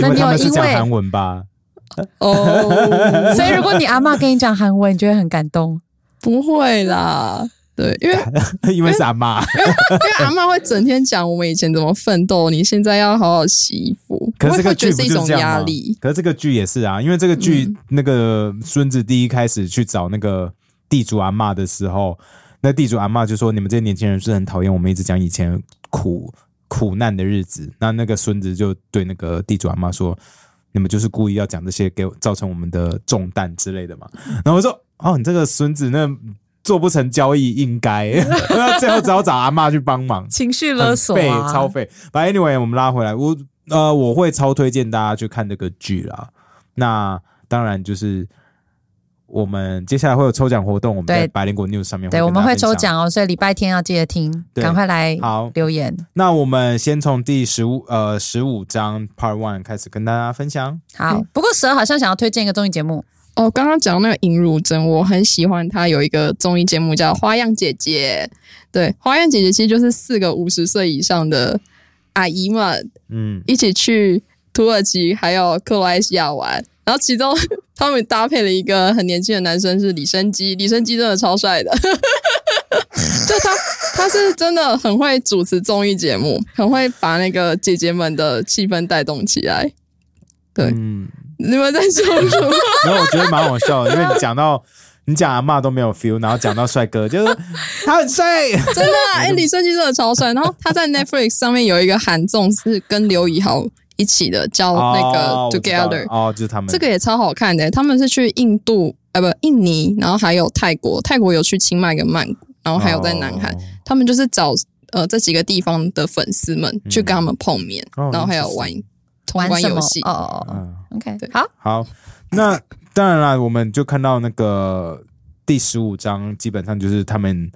Speaker 1: 那
Speaker 2: 因为
Speaker 1: 你
Speaker 2: 他
Speaker 1: 有
Speaker 2: 们是
Speaker 1: 因
Speaker 2: 讲
Speaker 1: 为
Speaker 2: 韩文吧？
Speaker 3: 哦，
Speaker 1: 所以如果你阿嬷跟你讲韩文，你就会很感动。
Speaker 3: 不会啦，对，因为
Speaker 2: 因为是阿嬷。
Speaker 3: 因为阿嬷会整天讲我们以前怎么奋斗，你现在要好好洗衣服，
Speaker 2: 可是
Speaker 3: 会
Speaker 2: 这个
Speaker 3: 会
Speaker 2: 剧
Speaker 3: 觉得
Speaker 2: 不
Speaker 3: 是一
Speaker 2: 就是
Speaker 3: 种
Speaker 2: 这样吗
Speaker 3: 压力。嗯
Speaker 2: 可是这个剧也是啊，因为这个剧、那个孙子第一开始去找那个地主阿嬷的时候，那地主阿嬷就说：“你们这些年轻人是很讨厌我们一直讲以前苦苦难的日子。”那那个孙子就对那个地主阿嬷说：“你们就是故意要讲这些，给我造成我们的重担之类的嘛。”
Speaker 3: 嗯
Speaker 2: 然后我说：“哦，你这个孙子那做不成交易应该， 最后只好找阿嬷去帮忙。”
Speaker 1: 情绪
Speaker 2: 很
Speaker 3: 啊
Speaker 2: 废超费。反正 anyway，我们拉回来，我呃，我会超推荐大家去看这个剧啦。那当然就是我们接下来会有抽奖活动，我们
Speaker 1: 对
Speaker 2: 在百灵果 news 上面
Speaker 1: 对，我
Speaker 2: 跟大
Speaker 1: 们
Speaker 2: 家
Speaker 1: 会
Speaker 2: 分享
Speaker 1: 抽。奖哦，所以礼拜天要记得听，
Speaker 2: 对
Speaker 1: 赶快来
Speaker 2: 好
Speaker 1: 留言。
Speaker 2: 那我们先从第十五呃十五章 Part One 开始跟大家分享。
Speaker 1: 好，不过蛇好像想要推荐一个综艺节目，
Speaker 3: 哦，刚刚讲那个尹汝贞，我很喜欢她有一个综艺节目叫《花样姐姐》。对，《花样姐姐》其实就是四个五十岁以上的阿姨们
Speaker 2: 嗯，
Speaker 3: 一起去土耳其还有克罗埃西亚玩，然后其中 他们搭配了一个很年轻的男生是李生基，李生基真的超帅的， 就他他是真的很会主持综艺节目，很会把那个姐姐们的气氛带动起来。对
Speaker 2: 嗯，
Speaker 3: 你们在说 什么？
Speaker 2: 然后我觉得蛮好笑的，因为你讲到。 你讲阿嬷都没有 feel，然后讲到帅哥，就是他很帅，
Speaker 3: 真的啊，哎、李胜基真的超帅。然后他在 Netflix 上面有一个韩综是跟刘以豪一起的，叫那个
Speaker 2: 哦我知道
Speaker 3: Together，、
Speaker 2: 哦，就是他们
Speaker 3: 这个也超好看的。欸他们是去印度啊，不印尼，然后还有泰国，泰国有去清迈跟曼谷，然后还有在南韩，
Speaker 2: 哦
Speaker 3: 他们就是找呃这几个地方的粉丝们去跟他们碰面，
Speaker 2: 嗯哦
Speaker 3: 然后还有玩通关
Speaker 1: 什
Speaker 3: 游
Speaker 1: 么
Speaker 3: 戏？。
Speaker 1: 哦哦哦
Speaker 2: 嗯，
Speaker 1: ，OK，
Speaker 3: 对
Speaker 1: 好，
Speaker 2: 好，那当然啦，我们就看到那个第十五章，基本上就是他们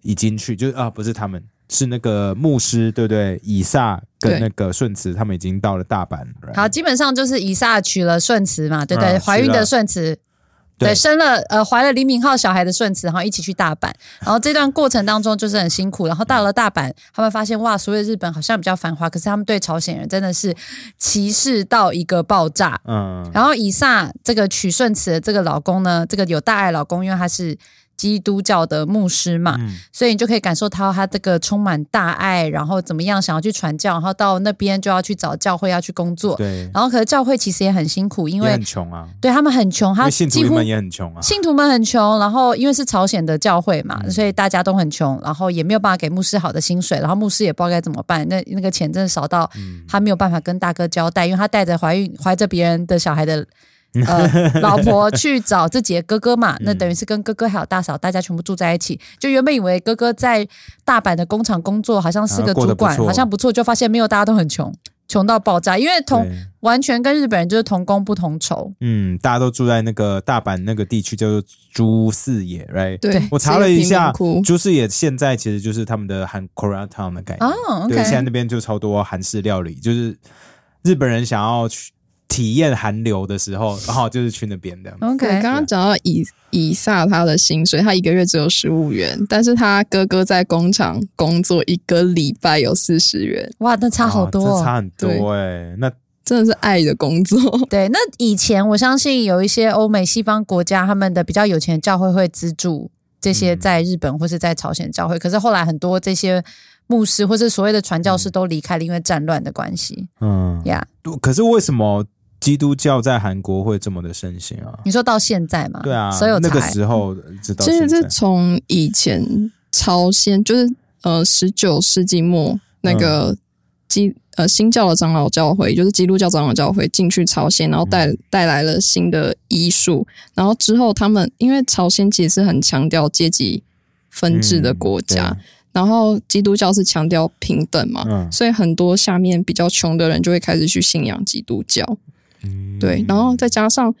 Speaker 2: 已经去，就是啊，不是他们，是那个牧师，对不对？以撒跟
Speaker 3: 对
Speaker 2: 那个顺慈，他们已经到了大阪。right？
Speaker 1: 好，基本上就是以撒娶了顺慈嘛，对不对？
Speaker 2: 嗯
Speaker 1: 怀孕
Speaker 2: 是
Speaker 1: 的
Speaker 2: 啊
Speaker 1: 顺慈。
Speaker 2: 对
Speaker 1: 对，生了呃，怀了李敏镐小孩的顺慈，然后一起去大阪，然后这段过程当中就是很辛苦，然后到了大阪，他们发现哇，所谓日本好像比较繁华，可是他们对朝鲜人真的是歧视到一个爆炸，
Speaker 2: 嗯，
Speaker 1: 然后以撒这个娶顺慈的这个老公呢，这个有大爱老公，因为他是基督教的牧师嘛，
Speaker 2: 嗯
Speaker 1: 所以你就可以感受到他这个充满大爱，然后怎么样想要去传教，然后到那边就要去找教会要去工作，
Speaker 2: 对，
Speaker 1: 然后可是教会其实也很辛苦，因
Speaker 2: 也
Speaker 1: 为
Speaker 2: 很穷啊，
Speaker 1: 对他们很穷，
Speaker 2: 因
Speaker 1: 他
Speaker 2: 为信
Speaker 1: 几
Speaker 2: 徒
Speaker 1: 乎
Speaker 2: 们也很穷啊，
Speaker 1: 信徒们很穷，然后因为是朝鲜的教会嘛，
Speaker 2: 嗯
Speaker 1: 所以大家都很穷，然后也没有办法给牧师好的薪水，然后牧师也不知道该怎么办，那那个钱真的少到
Speaker 2: 嗯
Speaker 1: 他没有办法跟大哥交代，因为他带着怀孕怀着别人的小孩的。呃，老婆去找自己的哥哥
Speaker 2: 嗯
Speaker 1: 嘛，那等于是跟哥哥还有大嫂，大家全部住在一起。就原本以为哥哥在大阪的工厂工作，好像是个
Speaker 2: 啊过
Speaker 1: 主
Speaker 2: 得
Speaker 1: 管，
Speaker 2: 不错
Speaker 1: 好像不错，就发现没有，大家都很穷，穷到爆炸。因为同
Speaker 2: 对，
Speaker 1: 完全跟日本人就是同工不同酬，
Speaker 2: 嗯，大家都住在那个大阪那个地区，叫做朱四野，right？
Speaker 3: 对，
Speaker 2: 我查了一下
Speaker 3: 是个贫民窟，
Speaker 2: 朱四野现在其实就是他们的韩 Korea Town 的概念。
Speaker 1: 哦，OK
Speaker 2: 对，现在那边就超多韩式料理，就是日本人想要去体验韩流的时候，然后就是去那边的。
Speaker 1: OK，
Speaker 3: 对，刚刚讲到以以撒他的薪水，他一个月只有十五元，但是他哥哥在工厂工作一个礼拜有四十元，
Speaker 1: 哇，那差好多、
Speaker 2: 哦
Speaker 1: 哦
Speaker 2: 真差很多哎、那
Speaker 3: 真的是爱的工作。
Speaker 1: 对，那以前我相信有一些欧美西方国家，他们的比较有钱的教会会资助这些
Speaker 2: 嗯
Speaker 1: 在日本或是在朝鲜教会，可是后来很多这些牧师或是所谓的传教士都离开了，因为战乱的关系。
Speaker 2: 嗯，
Speaker 1: 呀、
Speaker 2: 可是为什么基督教在韩国会这么的盛行啊？
Speaker 1: 你说到现在嘛？
Speaker 2: 对啊，
Speaker 1: 所有
Speaker 2: 那个
Speaker 1: 才
Speaker 2: 时候直到
Speaker 3: 嗯其实
Speaker 2: 现在
Speaker 3: 是，从以前朝鲜，就是呃十九世纪末那
Speaker 2: 嗯
Speaker 3: 个基、呃新教的长老教会，就是基督教长老教会进去朝鲜，然后
Speaker 2: 嗯
Speaker 3: 带带来了新的医术，然后之后他们因为朝鲜其实是很强调阶级分治
Speaker 2: 嗯
Speaker 3: 的国家，然后基督教是强调平等嘛，
Speaker 2: 嗯
Speaker 3: 所以很多下面比较穷的人就会开始去信仰基督教。
Speaker 2: 嗯
Speaker 3: 对，然后再加上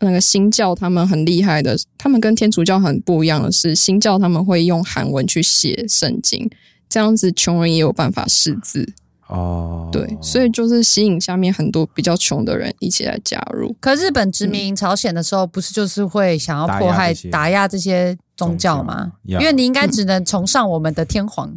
Speaker 3: 那个新教，他们很厉害的，他们跟天主教很不一样的是，新教他们会用韩文去写圣经，这样子穷人也有办法识字。
Speaker 2: 哦，
Speaker 3: 对，所以就是吸引下面很多比较穷的人一起来加入。
Speaker 1: 可日本殖民朝鲜的时候，不是就是会想要迫害、
Speaker 2: 嗯打压这些
Speaker 1: 打压这些宗教吗？
Speaker 2: 宗教呀
Speaker 1: 因为你应该只能崇尚我们的天皇。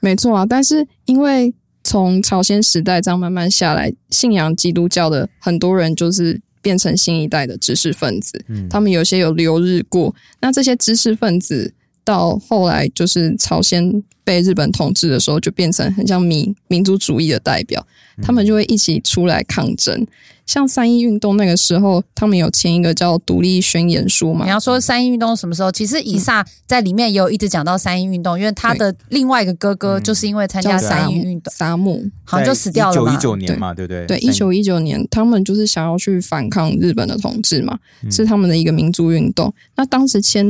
Speaker 3: 没错啊，但是因为从朝鲜时代这样慢慢下来，信仰基督教的很多人就是变成新一代的知识分子，
Speaker 2: 嗯
Speaker 3: 他们有些有留日过。那这些知识分子到后来就是朝鲜被日本统治的时候，就变成很像民民族主义的代表，他们就会一起出来抗争。像三一运动那个时候，他们有签一个叫《独立宣言书》嘛
Speaker 1: 你，要说三一运动什么时候？其实以
Speaker 2: 嗯
Speaker 1: 撒在里面也有一直讲到三一运动，因为他的另外一个哥哥
Speaker 2: 嗯
Speaker 1: 就是因为参加
Speaker 3: 叫
Speaker 1: 三一运动，
Speaker 3: 撒姆，
Speaker 1: 好像就死掉了
Speaker 2: 一
Speaker 1: 嘛。
Speaker 2: 九一九年嘛，对不对？
Speaker 3: 对，一
Speaker 2: 三
Speaker 3: 九一九年，他们就是想要去反抗日本的统治嘛，
Speaker 2: 嗯
Speaker 3: 是他们的一个民族运动。那当时签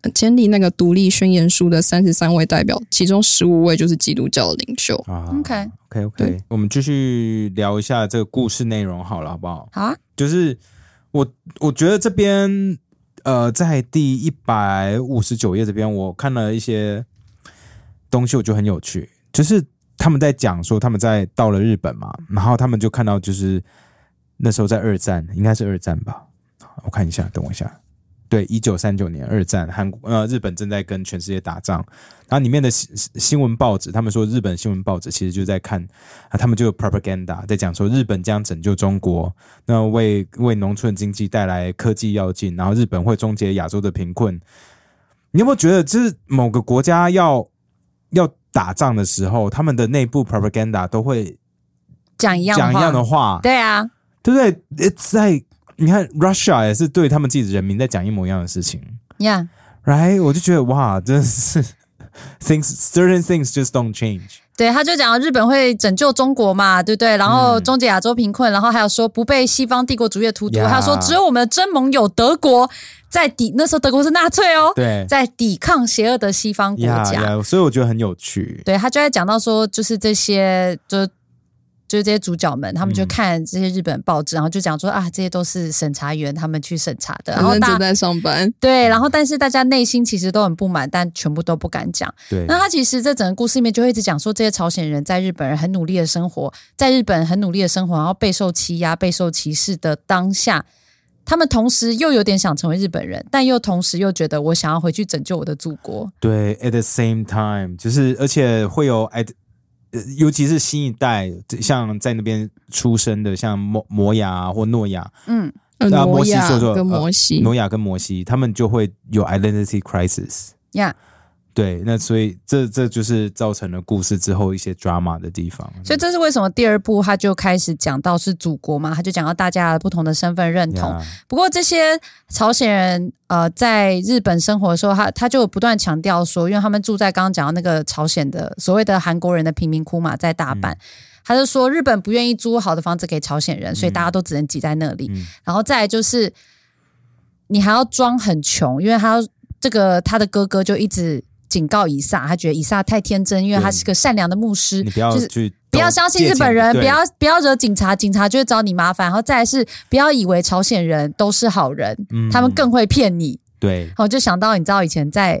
Speaker 3: 呃签订那个独立宣言书的三十三位代表，其中十五位就是基督教的领袖。
Speaker 2: 啊
Speaker 1: OK
Speaker 2: OK
Speaker 3: 对
Speaker 2: OK，我们继续聊一下这个故事内容好了，好不好？
Speaker 1: 好啊，
Speaker 2: 就是我我觉得这边呃，在第一百五十九页这边，我看了一些东西，我觉得很有趣，就是他们在讲说他们在到了日本嘛，然后他们就看到就是那时候在二战，应该是二战吧，我看一下，等我一下。对，一九三九年二战，韩国呃日本正在跟全世界打仗，然后里面的新新闻报纸，他们说日本新闻报纸其实就在看啊，他们就有 propaganda 在讲说日本将拯救中国，那为为农村经济带来科技要进，然后日本会终结亚洲的贫困。你有没有觉得，就是某个国家要要打仗的时候，他们的内部 propaganda 都会
Speaker 1: 讲一样
Speaker 2: 讲一样的
Speaker 1: 话，
Speaker 2: 话，
Speaker 1: 对啊，
Speaker 2: 对不对？在你看 Russia 也是对他们自己的人民在讲一模一样的事情
Speaker 1: 呀、
Speaker 2: ，right？我就觉得哇，真的是 things certain things just don't change。
Speaker 1: 对，他就讲日本会拯救中国嘛，对不对？然后终结亚洲贫困，然后还有说不被西方帝国主义的荼毒，
Speaker 2: 呀
Speaker 1: 还有说只有我们的真盟友德国在抵，那时候德国是纳粹哦，
Speaker 2: 对，
Speaker 1: 在抵抗邪恶的西方国
Speaker 2: 呀
Speaker 1: 家。
Speaker 2: 呀，所以我觉得很有趣。
Speaker 1: 对他就在讲到说，就是这些就。就是这些主角们，他们就
Speaker 2: 嗯
Speaker 1: 看这些日本报纸，然后就讲说啊，这些都是审查员他们去审查的，然
Speaker 3: 很
Speaker 1: 后
Speaker 3: 认
Speaker 1: 大
Speaker 3: 真在上班，
Speaker 1: 对，然后但是大家内心其实都很不满，但全部都不敢讲。
Speaker 2: 对，
Speaker 1: 那他其实这整个故事里面就会一直讲说，这些朝鲜人在日本人很努力的生活，在日本很努力的生活，然后备受欺压、备受歧视的当下，他们同时又有点想成为日本人，但又同时又觉得我想要回去拯救我的祖国。
Speaker 2: 对，at the same time，就是而且会有 at，呃尤其是新一代，像在那边出生的，像摩摩雅啊或诺亚，
Speaker 1: 嗯，
Speaker 3: 呃
Speaker 2: 啊摩
Speaker 3: 挪
Speaker 2: 西说说
Speaker 3: 呃亚跟摩西，
Speaker 2: 挪亚跟摩西，他们就会有 identity crisis。
Speaker 1: 呀
Speaker 2: 对，那所以这这就是造成了故事之后一些 drama 的地方。
Speaker 1: 所以这是为什么第二部他就开始讲到是祖国嘛，他就讲到大家不同的身份认同。
Speaker 2: 呀
Speaker 1: 不过这些朝鲜人呃在日本生活的时候，他他就有不断强调说，因为他们住在刚刚讲到那个朝鲜的所谓的韩国人的贫民窟嘛，在大阪。他就说，日本不愿意租好的房子给朝鲜人，所以大家都只能挤在那里。
Speaker 2: 嗯
Speaker 1: 然后再来就是，你还要装很穷，因为他要这个他的哥哥就一直警告以撒，他觉得以撒太天真，因为他是个善良的牧师，
Speaker 2: 你不要
Speaker 1: 就是
Speaker 2: 去
Speaker 1: 不要相信日本人，
Speaker 2: 借钱
Speaker 1: 不要不要惹警察，警察就会找你麻烦。然后再来是，不要以为朝鲜人都是好人，
Speaker 2: 嗯
Speaker 1: 他们更会骗你。
Speaker 2: 对
Speaker 1: 然后就想到，你知道以前在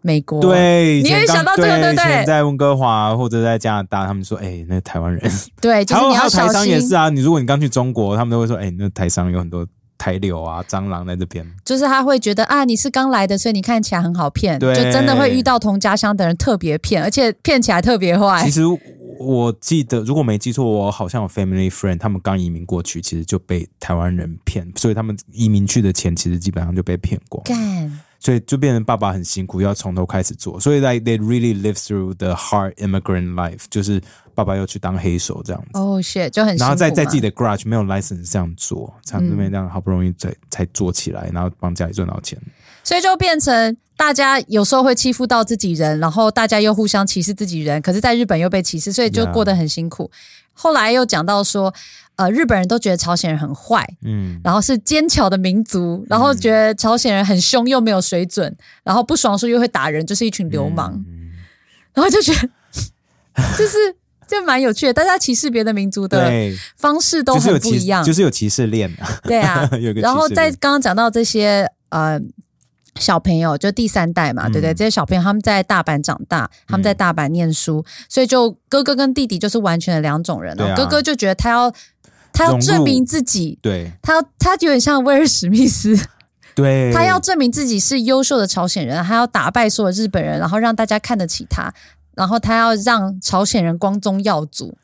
Speaker 1: 美国，
Speaker 2: 对。
Speaker 1: 你
Speaker 2: 以前
Speaker 1: 会
Speaker 2: 刚
Speaker 1: 想到这个对
Speaker 2: 对
Speaker 1: 不
Speaker 2: 以
Speaker 1: 对
Speaker 2: 前在温哥华或者在加拿大，他们说：“哎，那台湾人，
Speaker 1: 对就
Speaker 2: 台
Speaker 1: 是
Speaker 2: 湾
Speaker 1: 你
Speaker 2: 还
Speaker 1: 要
Speaker 2: 有台
Speaker 1: 小
Speaker 2: 商也是
Speaker 1: 心，
Speaker 2: 啊。你如果你刚去中国，他们都会说：‘哎，那台商有很多台柳啊、蟑螂在这边。
Speaker 1: 就是他会觉得啊，你是刚来的，所以你看起来很好骗，就
Speaker 2: 对
Speaker 1: 真的会遇到同家乡的人特别骗，而且骗起来特别’坏
Speaker 2: 其。实我记得，如果没记错，我好像有 family friend，他们刚移民过去，其实就被台湾人骗，所以他们移民去的钱其实基本上就被骗光。
Speaker 1: 干，
Speaker 2: 所以就变成爸爸很辛苦，要从头开始做。所以 like they really live through the hard immigrant life，就是爸爸要去当黑手这样子。
Speaker 1: 哦、shit，就很辛苦嗯
Speaker 2: 然后在在自己
Speaker 1: 的
Speaker 2: 的 garage 没有 license 这样做，才这边这样好不容易才才做起来，然后帮家里赚到钱。
Speaker 1: 所以就变成大家有时候会欺负到自己人，然后大家又互相歧视自己人，可是在日本又被歧视，所以就
Speaker 2: Yeah
Speaker 1: 过得很辛苦。后来又讲到说，呃，日本人都觉得朝鲜人很坏，
Speaker 2: 嗯，
Speaker 1: 然后是奸巧的民族，然后觉得朝鲜人很凶又没有水准，然后不爽说又会打人，就是一群流氓，
Speaker 2: 嗯
Speaker 1: 然后就觉得 就是。这蛮有趣的，大家歧视别的民族的
Speaker 2: 对，
Speaker 1: 方式都
Speaker 2: 就是
Speaker 1: 很
Speaker 2: 有
Speaker 1: 不
Speaker 2: 歧
Speaker 1: 一样，
Speaker 2: 就是有歧视链。，
Speaker 1: 对啊
Speaker 2: 有一个
Speaker 1: 然后
Speaker 2: 歧视
Speaker 1: 在
Speaker 2: 链
Speaker 1: 刚刚讲到这些呃小朋友，就第三代嘛，
Speaker 2: 嗯
Speaker 1: 对不对？这些小朋友他们在大阪长大，他们在大阪念书，所以就哥哥跟弟弟就是完全的两种人哦。
Speaker 2: 嗯对啊
Speaker 1: 哥哥就觉得他要他要
Speaker 2: 融入
Speaker 1: 证明自己。
Speaker 2: 对
Speaker 1: 他要他有点像威尔史密斯，
Speaker 2: 对，
Speaker 1: 他要证明自己是优秀的朝鲜人，他要打败所有日本人，然后让大家看得起他，然后他要让朝鲜人光宗耀祖。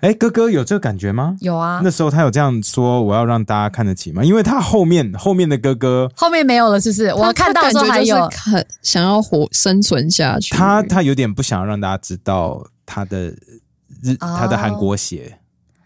Speaker 2: 哎，哥哥有这个感觉吗？
Speaker 1: 有啊
Speaker 2: 那，时候他有这样说，我要让大家看得起吗？因为他后面后面的哥哥，
Speaker 1: 后面没有了，是不是？我看到的时候还有，
Speaker 3: 很想要活生存下去。
Speaker 2: 他
Speaker 1: 嗯
Speaker 2: 他有点不想让大家知道他的日、
Speaker 1: 哦
Speaker 2: 他的韩国血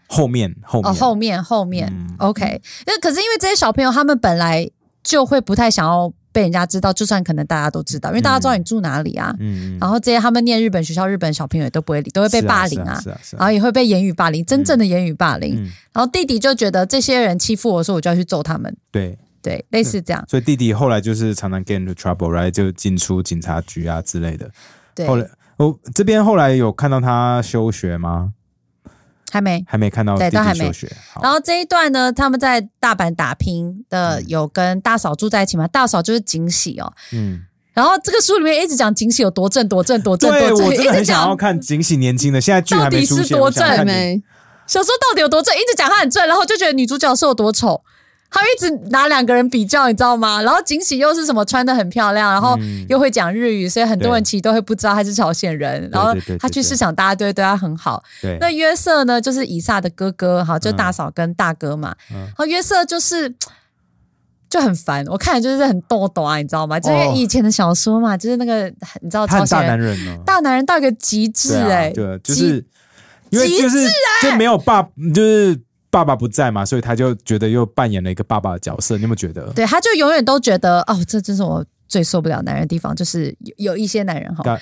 Speaker 2: 后面后面、
Speaker 1: 哦，后面后面、
Speaker 2: 嗯
Speaker 1: o k 那可是因为这些小朋友他们本来就会不太想要被人家知道，就算可能大家都知道，因为大家知道你住哪里啊。
Speaker 2: 嗯，
Speaker 1: 然
Speaker 2: 后
Speaker 1: 后这些他们念日本学校，日本小朋友也都不会理，都会被霸凌啊。
Speaker 2: 是啊是
Speaker 1: 然
Speaker 2: 啊
Speaker 1: 后也会被言语霸凌，真正的言语霸凌。
Speaker 2: 嗯
Speaker 1: 然后弟弟就觉得这些人欺负我，说我就要去揍他们，
Speaker 2: 对，
Speaker 1: 对，类似这样。
Speaker 2: 所以弟弟后来就是常常 get into trouble，right 就进出警察局啊之类的。
Speaker 1: 对，
Speaker 2: 后来我这边后来有看到他休学吗？
Speaker 1: 还没。
Speaker 2: 还没看到
Speaker 1: 对
Speaker 2: 弟
Speaker 1: 都还
Speaker 2: 弟
Speaker 1: 没哦
Speaker 2: 休学。好
Speaker 1: 然后这一段呢，他们在大阪打拼的有跟大嫂住在一起嘛？大嫂就是景喜哦。
Speaker 2: 嗯，
Speaker 1: 然后这个书里面一直讲景喜有多正多正多正
Speaker 2: 对
Speaker 1: 多正，
Speaker 2: 我
Speaker 1: 一
Speaker 2: 真的
Speaker 1: 直
Speaker 2: 很想要
Speaker 1: 讲
Speaker 2: 看警喜年轻的，现在剧还没
Speaker 1: 到
Speaker 2: 出
Speaker 1: 底是
Speaker 2: 现，
Speaker 1: 多
Speaker 2: 我想
Speaker 1: 正哎
Speaker 2: 看你
Speaker 3: 没
Speaker 1: 小说到底有多正，一直讲他很正，然后就觉得女主角是有多丑。他们一直拿两个人比较，你知道吗？然后景喜又是什么穿的很漂亮，然后
Speaker 2: 嗯
Speaker 1: 又会讲日语，所以很多人
Speaker 2: 对
Speaker 1: 其实都会不知道他是朝鲜人。然后
Speaker 2: 对对对嗯
Speaker 1: 他去
Speaker 2: 对
Speaker 1: 市场，大家都会对他很好。
Speaker 2: 对，
Speaker 1: 那约瑟呢，就是以撒的哥哥，哈，就大嫂跟大哥嘛。
Speaker 2: 嗯
Speaker 1: 然后约瑟就是就很烦，我看了就是很逗逗啊，你知道吗？就是因为以前的小说嘛，就是那个你知道
Speaker 2: 哦他
Speaker 1: 朝
Speaker 2: 很
Speaker 1: 鲜
Speaker 2: 大
Speaker 1: 人
Speaker 2: 男人哦，
Speaker 1: 大男人到一个极致
Speaker 2: 对啊
Speaker 1: 哎、
Speaker 2: 对啊，就
Speaker 1: 极哎
Speaker 2: 是因为就是就没有爸，就是爸爸不在嘛，所以他就觉得又扮演了一个爸爸的角色。你有没有觉得？
Speaker 1: 对，他就永远都觉得哦，这真是我最受不了男人的地方，就是有有一些男人哈，
Speaker 2: 大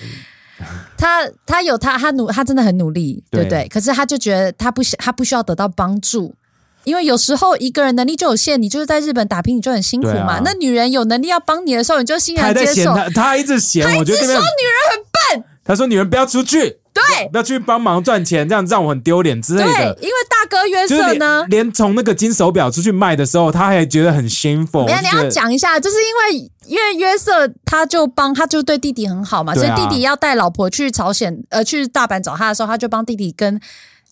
Speaker 1: 他他有他他努他真的很努力，对
Speaker 2: 对
Speaker 1: 不对？可是他就觉得他不想他不需要得到帮助。因为有时候一个人能力就有限，你就是在日本打拼，你就很辛苦
Speaker 2: 对啊
Speaker 1: 嘛。那女人有能力要帮你的时候，你就欣
Speaker 2: 他还
Speaker 1: 然
Speaker 2: 在
Speaker 1: 接
Speaker 2: 嫌
Speaker 1: 受。
Speaker 2: 他，他还一直嫌，我觉得这边
Speaker 1: 很笨，
Speaker 2: 他说女人不要出去，
Speaker 1: 对
Speaker 2: 不要去帮忙赚钱，这样让我很丢脸之类
Speaker 1: 对，
Speaker 2: 的。
Speaker 1: 因为大哥约
Speaker 2: 就是
Speaker 1: 瑟呢
Speaker 2: 连，连从那个金手表出去卖的时候，他还觉得很 shameful
Speaker 1: 没有，
Speaker 2: 哦
Speaker 1: 你
Speaker 2: 我就觉
Speaker 1: 要
Speaker 2: 得。
Speaker 1: 讲一下，就是因为因为约瑟他就帮他就对弟弟很好嘛，所
Speaker 2: 对
Speaker 1: 以
Speaker 2: 啊
Speaker 1: 弟弟要带老婆去朝鲜呃去大阪找他的时候，他就帮弟弟跟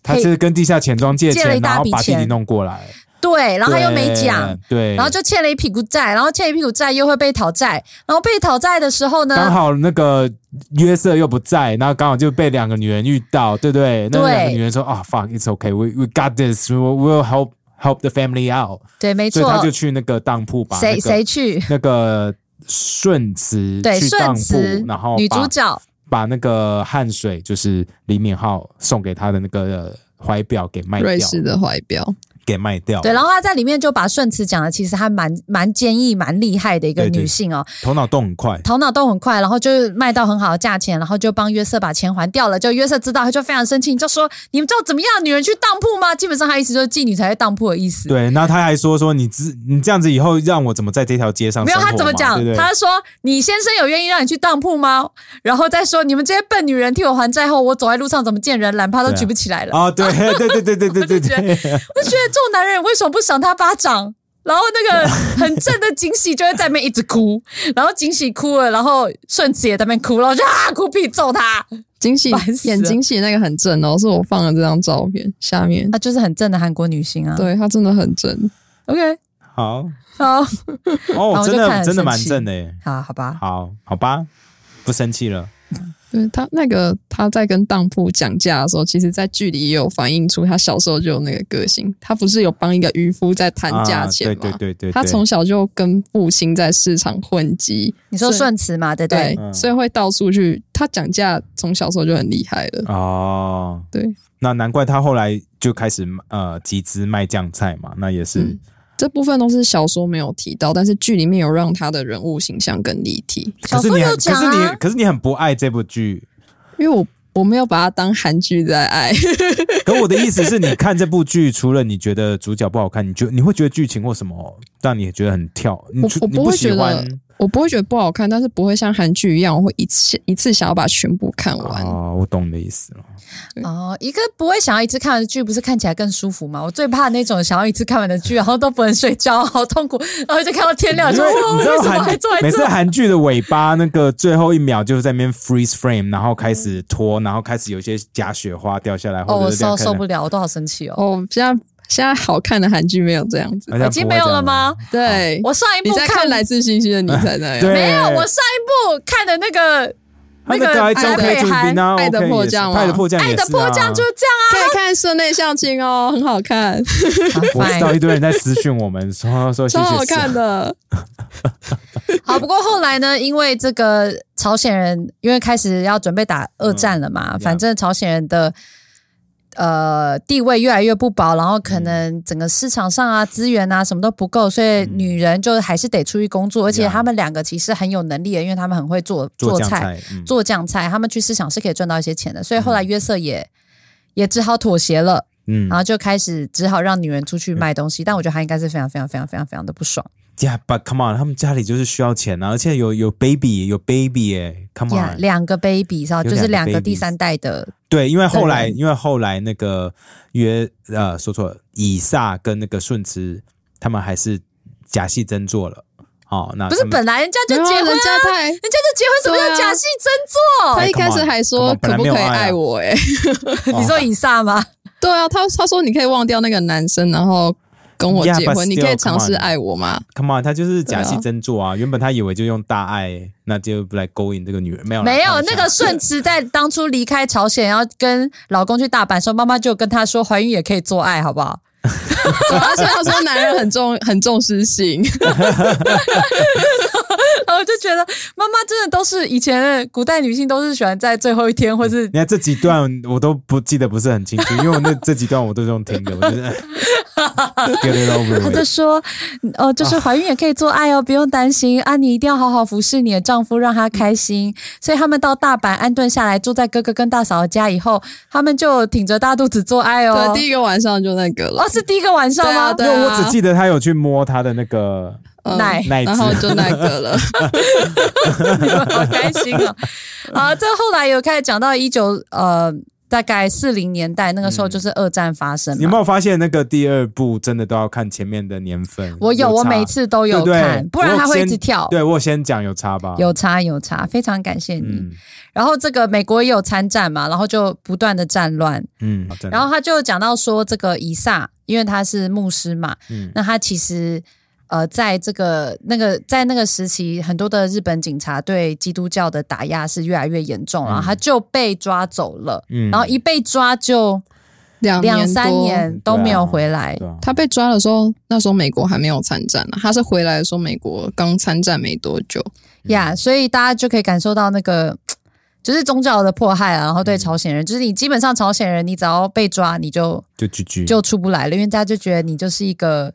Speaker 2: 他是跟地下钱庄借
Speaker 1: 借
Speaker 2: 钱
Speaker 1: 了一，大
Speaker 2: 然后
Speaker 1: 笔
Speaker 2: 把弟弟
Speaker 1: 钱
Speaker 2: 弄过来，
Speaker 1: 对，然后他又
Speaker 2: 对
Speaker 1: 没讲，，
Speaker 2: 对，
Speaker 1: 然后就欠了一屁股债，然后欠一屁股债又会被讨债，然后被讨债的时候
Speaker 2: 刚
Speaker 1: 呢，
Speaker 2: 好那个约瑟又不在，然后刚好就被两个女人遇到，对不对？那
Speaker 1: 对
Speaker 2: 两个女人说啊、f u c k，it's okay，we we got this，we will help help the family out，
Speaker 1: 对，没
Speaker 2: 所以他
Speaker 1: 错
Speaker 2: 就。去那个当铺把
Speaker 1: 谁
Speaker 2: 那个
Speaker 1: 谁去？
Speaker 2: 那个顺慈
Speaker 1: 对，
Speaker 2: 去
Speaker 1: 顺
Speaker 2: 当铺
Speaker 1: 慈，，
Speaker 2: 然后
Speaker 1: 女
Speaker 2: 把哦
Speaker 1: 主角
Speaker 2: 把那个汗水，就是李敏镐送给他的那个怀表给卖
Speaker 3: 瑞
Speaker 2: 掉，
Speaker 3: 士的怀表，
Speaker 2: 给卖掉，
Speaker 1: 对，然后她在里面就把顺慈讲的其实还蛮蛮坚毅、蛮厉害的一个
Speaker 2: 对对
Speaker 1: 女性哦，
Speaker 2: 头脑动很快，
Speaker 1: 头脑都很快，然后就卖到很好的价钱，然后就帮约瑟把钱还掉了。就约瑟知道，他就非常生气，就说：“你们知道怎么样？女人去当铺吗？”基本上他意思就是妓女才会当铺的意思。
Speaker 2: 对，那他还说说你只你这样子以后让我怎么在这条街上
Speaker 1: 没有，
Speaker 2: 生活
Speaker 1: 他怎么
Speaker 2: 嘛
Speaker 1: 讲？
Speaker 2: 对不对
Speaker 1: 他说：“你先生有愿意让你去当铺吗？”然后再说：“你们这些笨女人替我还债后，我走在路上怎么见人，懒趴都
Speaker 2: 对啊
Speaker 1: 举不起来了。
Speaker 2: 哦，对对对对对对
Speaker 1: 我
Speaker 2: 对对，
Speaker 1: 就觉得这种男人为什么不赏他巴掌？然后那个很正的景喜就会在那边一直哭，然后景喜哭了，然后顺子也在那边哭，然后就啊哭屁揍 他，
Speaker 3: 惊喜
Speaker 1: 烦死了
Speaker 3: 演惊喜那个很正哦，是我放了这张照片下面，
Speaker 1: 她啊就是很正的韩国女星啊。
Speaker 3: 对她真的很正，
Speaker 1: ，OK，
Speaker 2: 好
Speaker 1: 好，
Speaker 2: 哦，
Speaker 1: 我就
Speaker 2: 真
Speaker 1: 看
Speaker 2: 的
Speaker 1: 得
Speaker 2: 真的
Speaker 1: 生
Speaker 2: 蛮
Speaker 1: 气
Speaker 2: 正的耶，
Speaker 1: 好，好吧，
Speaker 2: 好好吧，不生气了，
Speaker 3: 对她那个她在跟当铺讲价的时候，其实在剧里也有反映出她小时候就有那个个性，她不是有帮一个渔夫在谈价
Speaker 2: 啊
Speaker 3: 钱吗？
Speaker 2: 对对对对，
Speaker 3: 她
Speaker 2: 对
Speaker 3: 从小就跟父亲在市场混迹，
Speaker 1: 你说
Speaker 3: 所以
Speaker 1: 顺慈嘛，对不
Speaker 3: 对
Speaker 1: 对？，
Speaker 2: 嗯
Speaker 3: 所以会到处去。她讲价从小时候就很厉害了，
Speaker 2: 哦，
Speaker 3: 对，
Speaker 2: 那难怪他后来就开始呃集资卖酱菜嘛，那也是、
Speaker 3: 嗯这部分都是小说没有提到，但是剧里面有让她的人物形象更立体。
Speaker 1: 小
Speaker 2: 可是
Speaker 1: 说
Speaker 2: 你
Speaker 1: 有
Speaker 2: 很可
Speaker 1: 讲
Speaker 2: 是你
Speaker 1: 啊，
Speaker 2: 可是你很不爱这部剧，
Speaker 3: 因为我我没有把它当韩剧在爱，
Speaker 2: 可我的意思是你看这部剧，除了你觉得主角不好看，你就你会觉得剧情或什么让你觉得很跳，你
Speaker 3: 我
Speaker 2: 除
Speaker 3: 我
Speaker 2: 你
Speaker 3: 不
Speaker 2: 不
Speaker 3: 会
Speaker 2: 喜
Speaker 3: 觉得
Speaker 2: 欢。
Speaker 3: 我不会觉得不好看，但是不会像韩剧一样，我会一次一次想要把全部看完。
Speaker 2: 哦，我懂你的意思了。
Speaker 1: 哦，一个不会想要一次看完的剧，不是看起来更舒服吗？我最怕那种想要一次看完的剧，然后都不能睡觉，好痛苦，然后就看到天亮，
Speaker 2: 因
Speaker 1: 说
Speaker 2: 为
Speaker 1: 哇
Speaker 2: 你知
Speaker 1: 为
Speaker 2: 道
Speaker 1: 什么还
Speaker 2: 韩
Speaker 1: 坐在
Speaker 2: 每
Speaker 1: 这
Speaker 2: 次？韩剧的尾巴那个最后一秒就是在那边 freeze frame，然后开始拖，然后开始有一些假雪花掉下来，
Speaker 1: 哦，
Speaker 2: 或
Speaker 1: 我
Speaker 2: 者是这
Speaker 1: 受
Speaker 2: 样看
Speaker 1: 受
Speaker 2: 的
Speaker 1: 不了，我都好生气哦。
Speaker 3: 哦，现在现在好看的韩剧没有这样子，
Speaker 2: 好像
Speaker 1: 已经
Speaker 2: 不
Speaker 1: 没
Speaker 2: 会
Speaker 1: 有
Speaker 2: 这
Speaker 1: 了
Speaker 2: 样
Speaker 1: 吗？
Speaker 3: 对，
Speaker 1: 我上一
Speaker 3: 你
Speaker 1: 部
Speaker 3: 在
Speaker 1: 看
Speaker 3: 看《来自星星的你》才那样，
Speaker 2: 对，
Speaker 1: 没有，我上一部看的那个《
Speaker 2: 他
Speaker 1: 那
Speaker 2: 那
Speaker 1: 个
Speaker 2: 个还
Speaker 1: 爱
Speaker 2: 周
Speaker 1: 的
Speaker 2: 黑
Speaker 1: 迫
Speaker 2: 主
Speaker 1: 降
Speaker 2: 兵啊，
Speaker 3: 爱的
Speaker 2: OK
Speaker 3: 迫
Speaker 2: 也是
Speaker 3: 降
Speaker 2: 爱的
Speaker 3: 嘛
Speaker 2: 迫降
Speaker 1: 爱
Speaker 2: 也
Speaker 1: 的
Speaker 2: 是
Speaker 1: 迫
Speaker 2: 啊
Speaker 1: 降》就是这样
Speaker 3: 可以看室内相亲哦，很好看，
Speaker 1: 啊。
Speaker 2: 我知道
Speaker 1: fine
Speaker 2: 一堆人在私讯我们说说谢
Speaker 3: 超
Speaker 2: 谢
Speaker 3: 好看的。
Speaker 1: 好，不过后来呢，因为这个朝鲜人，因为开始要准备打二战了嘛，
Speaker 2: 嗯
Speaker 1: 反正朝鲜人的。呃，地位越来越不保，然后可能整个市场上啊、资源啊什么都不够，所以女人就还是得出去工作。而且
Speaker 2: 嗯 Yeah
Speaker 1: 他们两个其实很有能力的，因为他们很会做
Speaker 2: 做酱
Speaker 1: 菜、
Speaker 2: 菜，嗯
Speaker 1: 做酱菜，他们去市场是可以赚到一些钱的。所以后来约瑟也、也只好妥协了，
Speaker 2: 嗯
Speaker 1: 然后就开始只好让女人出去卖东西。但我觉得他应该是非常非常非常非常非常的不爽。
Speaker 2: ，Yeah，but come on，他们家里就是需要钱啊，而且有有 baby 有 baby 哎，come
Speaker 1: 呀，
Speaker 2: on，
Speaker 1: 两个 baby 然后
Speaker 2: 有
Speaker 1: 就是两
Speaker 2: 两个
Speaker 1: 个第
Speaker 2: babies
Speaker 1: 三代的，
Speaker 2: 对，因为后来
Speaker 1: 对
Speaker 2: 因为后来那个约呃说错了，以撒跟那个顺慈他们还是假戏真做了，哦，那
Speaker 1: 不是
Speaker 2: 他们
Speaker 1: 本来人家就
Speaker 3: 然后
Speaker 1: 结婚，
Speaker 3: 啊
Speaker 1: 啊人
Speaker 3: 人家太
Speaker 1: 家就结婚，什么
Speaker 3: 对
Speaker 1: 叫
Speaker 3: 啊
Speaker 1: 假戏真做？
Speaker 3: 他一开
Speaker 2: 哦哎 come
Speaker 3: 始
Speaker 2: on，
Speaker 3: 还说
Speaker 2: come on，本
Speaker 3: 可
Speaker 2: 来
Speaker 3: 不
Speaker 2: 没有
Speaker 3: 可以
Speaker 2: 爱啊
Speaker 3: 爱我、欸？哎，
Speaker 2: 哦
Speaker 1: 你说以撒吗？
Speaker 3: 对啊，他他说你可以忘掉那个男生，然后跟我
Speaker 2: Yeah,
Speaker 3: 结
Speaker 2: but
Speaker 3: 婚，你可以
Speaker 2: still, come
Speaker 3: 尝试
Speaker 2: on
Speaker 3: 爱我吗？
Speaker 2: Come on，他就是假戏
Speaker 3: 对啊
Speaker 2: 真做啊！原本他以为就用大爱，那就来勾引这个女人，没有啦
Speaker 1: 没
Speaker 2: 开
Speaker 1: 有，
Speaker 2: 玩笑
Speaker 1: 那个顺慈在当初离开朝鲜，然后跟老公去大阪的时候，妈妈就跟他说，怀孕也可以做爱，好不好？
Speaker 3: 对 而且他说男人很重 很重视性，
Speaker 1: 然后我就觉得妈妈真的都是以前的古代女性都是喜欢在最后一天，或是
Speaker 2: 你看这几段我都不记得不是很清楚，因为我那这几段我都是用听的，我就是 get it
Speaker 1: 他
Speaker 2: over
Speaker 1: 就
Speaker 2: with。
Speaker 1: 说，哦，
Speaker 2: 啊
Speaker 1: 就是怀孕也可以做爱哦，不用担心啊，你一定要好好服侍你的丈夫，让他开心。所以他们到大阪安顿下来，住在哥哥跟大嫂的家以后，他们就挺着大肚子做爱哦
Speaker 3: 对，。第一个晚上就那个了
Speaker 1: 哦，，是第一个晚上吗？
Speaker 3: 对
Speaker 2: 因
Speaker 3: 啊
Speaker 2: 为我只记得他有去摸他的那个，
Speaker 3: 嗯
Speaker 1: 哦奶
Speaker 2: 奶汁
Speaker 3: 然后就那 个了。
Speaker 1: 你们 好开心哦！啊，这后来有开始讲到一九呃，大概四零年代那个时候，就是二战发生
Speaker 2: 嗯你有
Speaker 1: 嘛。
Speaker 2: 没有发现那个第二部真的都要看前面的年份？
Speaker 1: 我有，我
Speaker 2: 差
Speaker 1: 每次都有
Speaker 2: 对对
Speaker 1: 看，不然
Speaker 2: 我
Speaker 1: 他会一
Speaker 2: 先
Speaker 1: 直跳。
Speaker 2: 对我先讲有差吧？
Speaker 1: 有差有差，非常感谢你。
Speaker 2: 嗯
Speaker 1: 然后这个美国也有参战嘛，然后就不断的战乱，
Speaker 2: 嗯，好真的
Speaker 1: 然后他就讲到说，这个以撒，因为他是牧师嘛，
Speaker 2: 嗯
Speaker 1: 那他其实呃，在这个那个在那个时期，很多的日本警察对基督教的打压是越来越严重，然后他就被抓走了，
Speaker 2: 嗯
Speaker 1: 然后一被抓就
Speaker 3: 两
Speaker 1: 两
Speaker 3: 多
Speaker 1: 三。年都没有回来，
Speaker 2: 对啊，
Speaker 3: 他被抓的时候，那时候美国还没有参战啊呢、他是回来的时候，美国刚参战没多久。
Speaker 1: 呀所以大家就可以感受到那个就是宗教的迫害啊，然后
Speaker 2: 嗯
Speaker 1: 对朝鲜人，就是你基本上朝鲜人，你只要被抓，你就
Speaker 2: 就 GG
Speaker 1: 就出不来了，因为大家就觉得你就是一个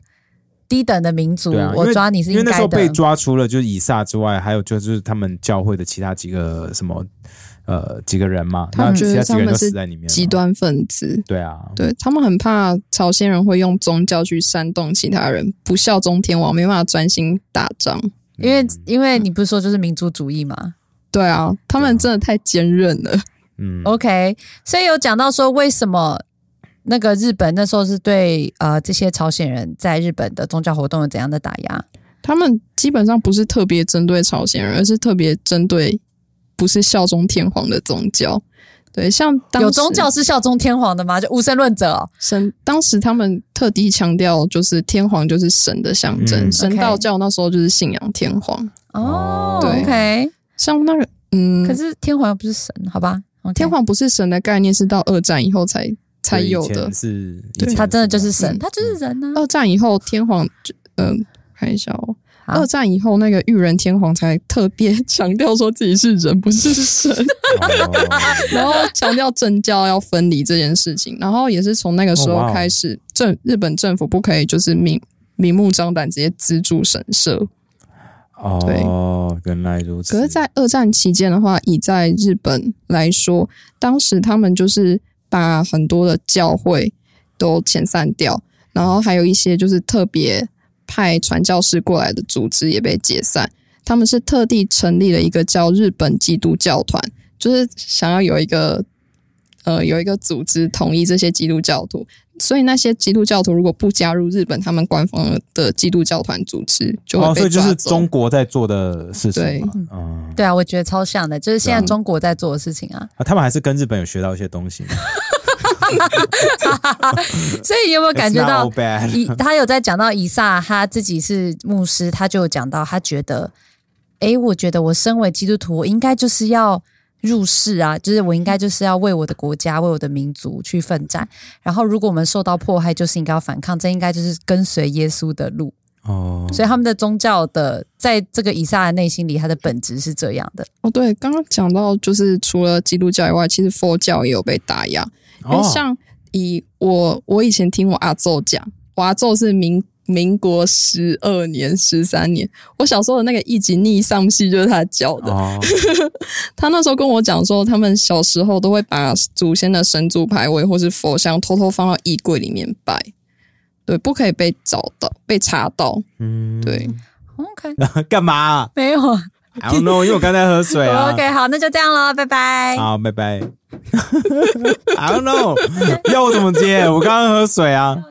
Speaker 1: 低等的民族，
Speaker 2: 对啊，因
Speaker 1: 我
Speaker 2: 为
Speaker 1: 抓你是
Speaker 2: 因为
Speaker 1: 应
Speaker 2: 那时
Speaker 1: 该
Speaker 2: 候被
Speaker 1: 的。
Speaker 2: 抓除了就是以撒之外，还有就是他们教会的其他几个什么呃几个人嘛，
Speaker 3: 他
Speaker 2: 那
Speaker 3: 们觉
Speaker 2: 其
Speaker 3: 得
Speaker 2: 他几个人
Speaker 3: 他
Speaker 2: 都
Speaker 3: 们是
Speaker 2: 死在里面了，
Speaker 3: 极端分子，
Speaker 2: 对啊，
Speaker 3: 对他们很怕朝鲜人会用宗教去煽动其他人不效忠天王，没办法专心打仗。
Speaker 2: 嗯
Speaker 1: 因为因为你不是说就是民族主义嘛
Speaker 3: 对啊，他们真的太坚韧了。
Speaker 2: 嗯
Speaker 1: ，OK，所以有讲到说为什么那个日本那时候是对呃这些朝鲜人在日本的宗教活动有怎样的打压？
Speaker 3: 他们基本上不是特别针对朝鲜人，而是特别针对不是效忠天皇的宗教。对，像当时
Speaker 1: 有宗教是效忠天皇的吗？就无神论者、哦，
Speaker 3: 神，当时他们特地强调，就是天皇就是神的象征，
Speaker 2: 嗯
Speaker 3: 神道教那时候就是信仰天皇。
Speaker 1: 哦
Speaker 3: 对
Speaker 1: ，OK，
Speaker 3: 像那个，嗯，
Speaker 1: 可是天皇又不是神，好吧？OK
Speaker 3: 天皇不是神的概念是到二战以后才才
Speaker 2: 对以
Speaker 3: 有的
Speaker 2: 前。是，以
Speaker 3: 对
Speaker 2: 前
Speaker 1: 他真的就
Speaker 2: 这
Speaker 1: 是
Speaker 2: 样
Speaker 1: 神，
Speaker 3: 嗯
Speaker 1: 他就是人啊呢、
Speaker 3: 二战以后，天皇，嗯、看一下哦。
Speaker 2: 啊
Speaker 1: 好
Speaker 3: 二战以后，那个裕仁天皇才特别 强调说自己是人，不 是神。
Speaker 2: 哦
Speaker 3: 然后强调政教要分离这件事情，然后也是从那个时
Speaker 2: 哦哇
Speaker 3: 候
Speaker 2: 哦
Speaker 3: 开始，政日本政府不可以就是明明目张胆直接资助神社。
Speaker 2: 哦，原来如此。
Speaker 3: 可是，在二战期间的话，以在日本来说，当时他们就是把很多的教会都遣散掉，然后还有一些就是特别派传教士过来的组织也被解散。他们是特地成立了一个叫日本基督教团，就是想要有一个呃有一个组织统一这些基督教徒。所以那些基督教徒如果不加入日本他们官方的基督教团组织，就会
Speaker 2: 哦，
Speaker 3: 被
Speaker 2: 所以就
Speaker 3: 抓
Speaker 2: 是
Speaker 3: 走。
Speaker 2: 中国在做的事情
Speaker 3: 对
Speaker 2: 嘛，嗯，
Speaker 1: 对啊，我觉得超像的，就是现在
Speaker 2: 对啊
Speaker 1: 中国在做的事情啊。
Speaker 2: 啊他们还是跟日本有学到一些东西。
Speaker 1: 所以你有没有感觉到
Speaker 2: It's not all bad
Speaker 1: 以他有在讲到以撒他自己是牧师，他就有讲到他觉得，诶，我觉得我身为基督徒，我应该就是要入世啊，就是我应该就是要为我的国家、为我的民族去奋战。然后，如果我们受到迫害，就是应该要反抗，这应该就是跟随耶稣的路。
Speaker 2: 哦，
Speaker 1: 所以，他们的宗教的在这个以撒的内心里，他的本质是这样的。
Speaker 3: 哦，对，刚刚讲到就是除了基督教以外，其实佛教也有被打压。因为
Speaker 2: 哦
Speaker 3: 像以我我以前听我阿昼讲，我阿昼是民民国十二年、十三年，我小时候的那个一级逆上戏就是他教的。
Speaker 2: 哦，
Speaker 3: 他那时候跟我讲说，他们小时候都会把祖先的神主牌位或是佛像偷偷放到衣柜里面拜，对，不可以被找到、被查到。
Speaker 2: 嗯，
Speaker 3: 对，
Speaker 1: OK，
Speaker 2: 干嘛
Speaker 1: 没有啊。
Speaker 2: ？I don't know，因为我刚才喝水啊。
Speaker 1: OK，好，那 就这样了，拜拜。
Speaker 2: 好，拜拜。I don't know，要我怎么接？我刚刚喝水啊。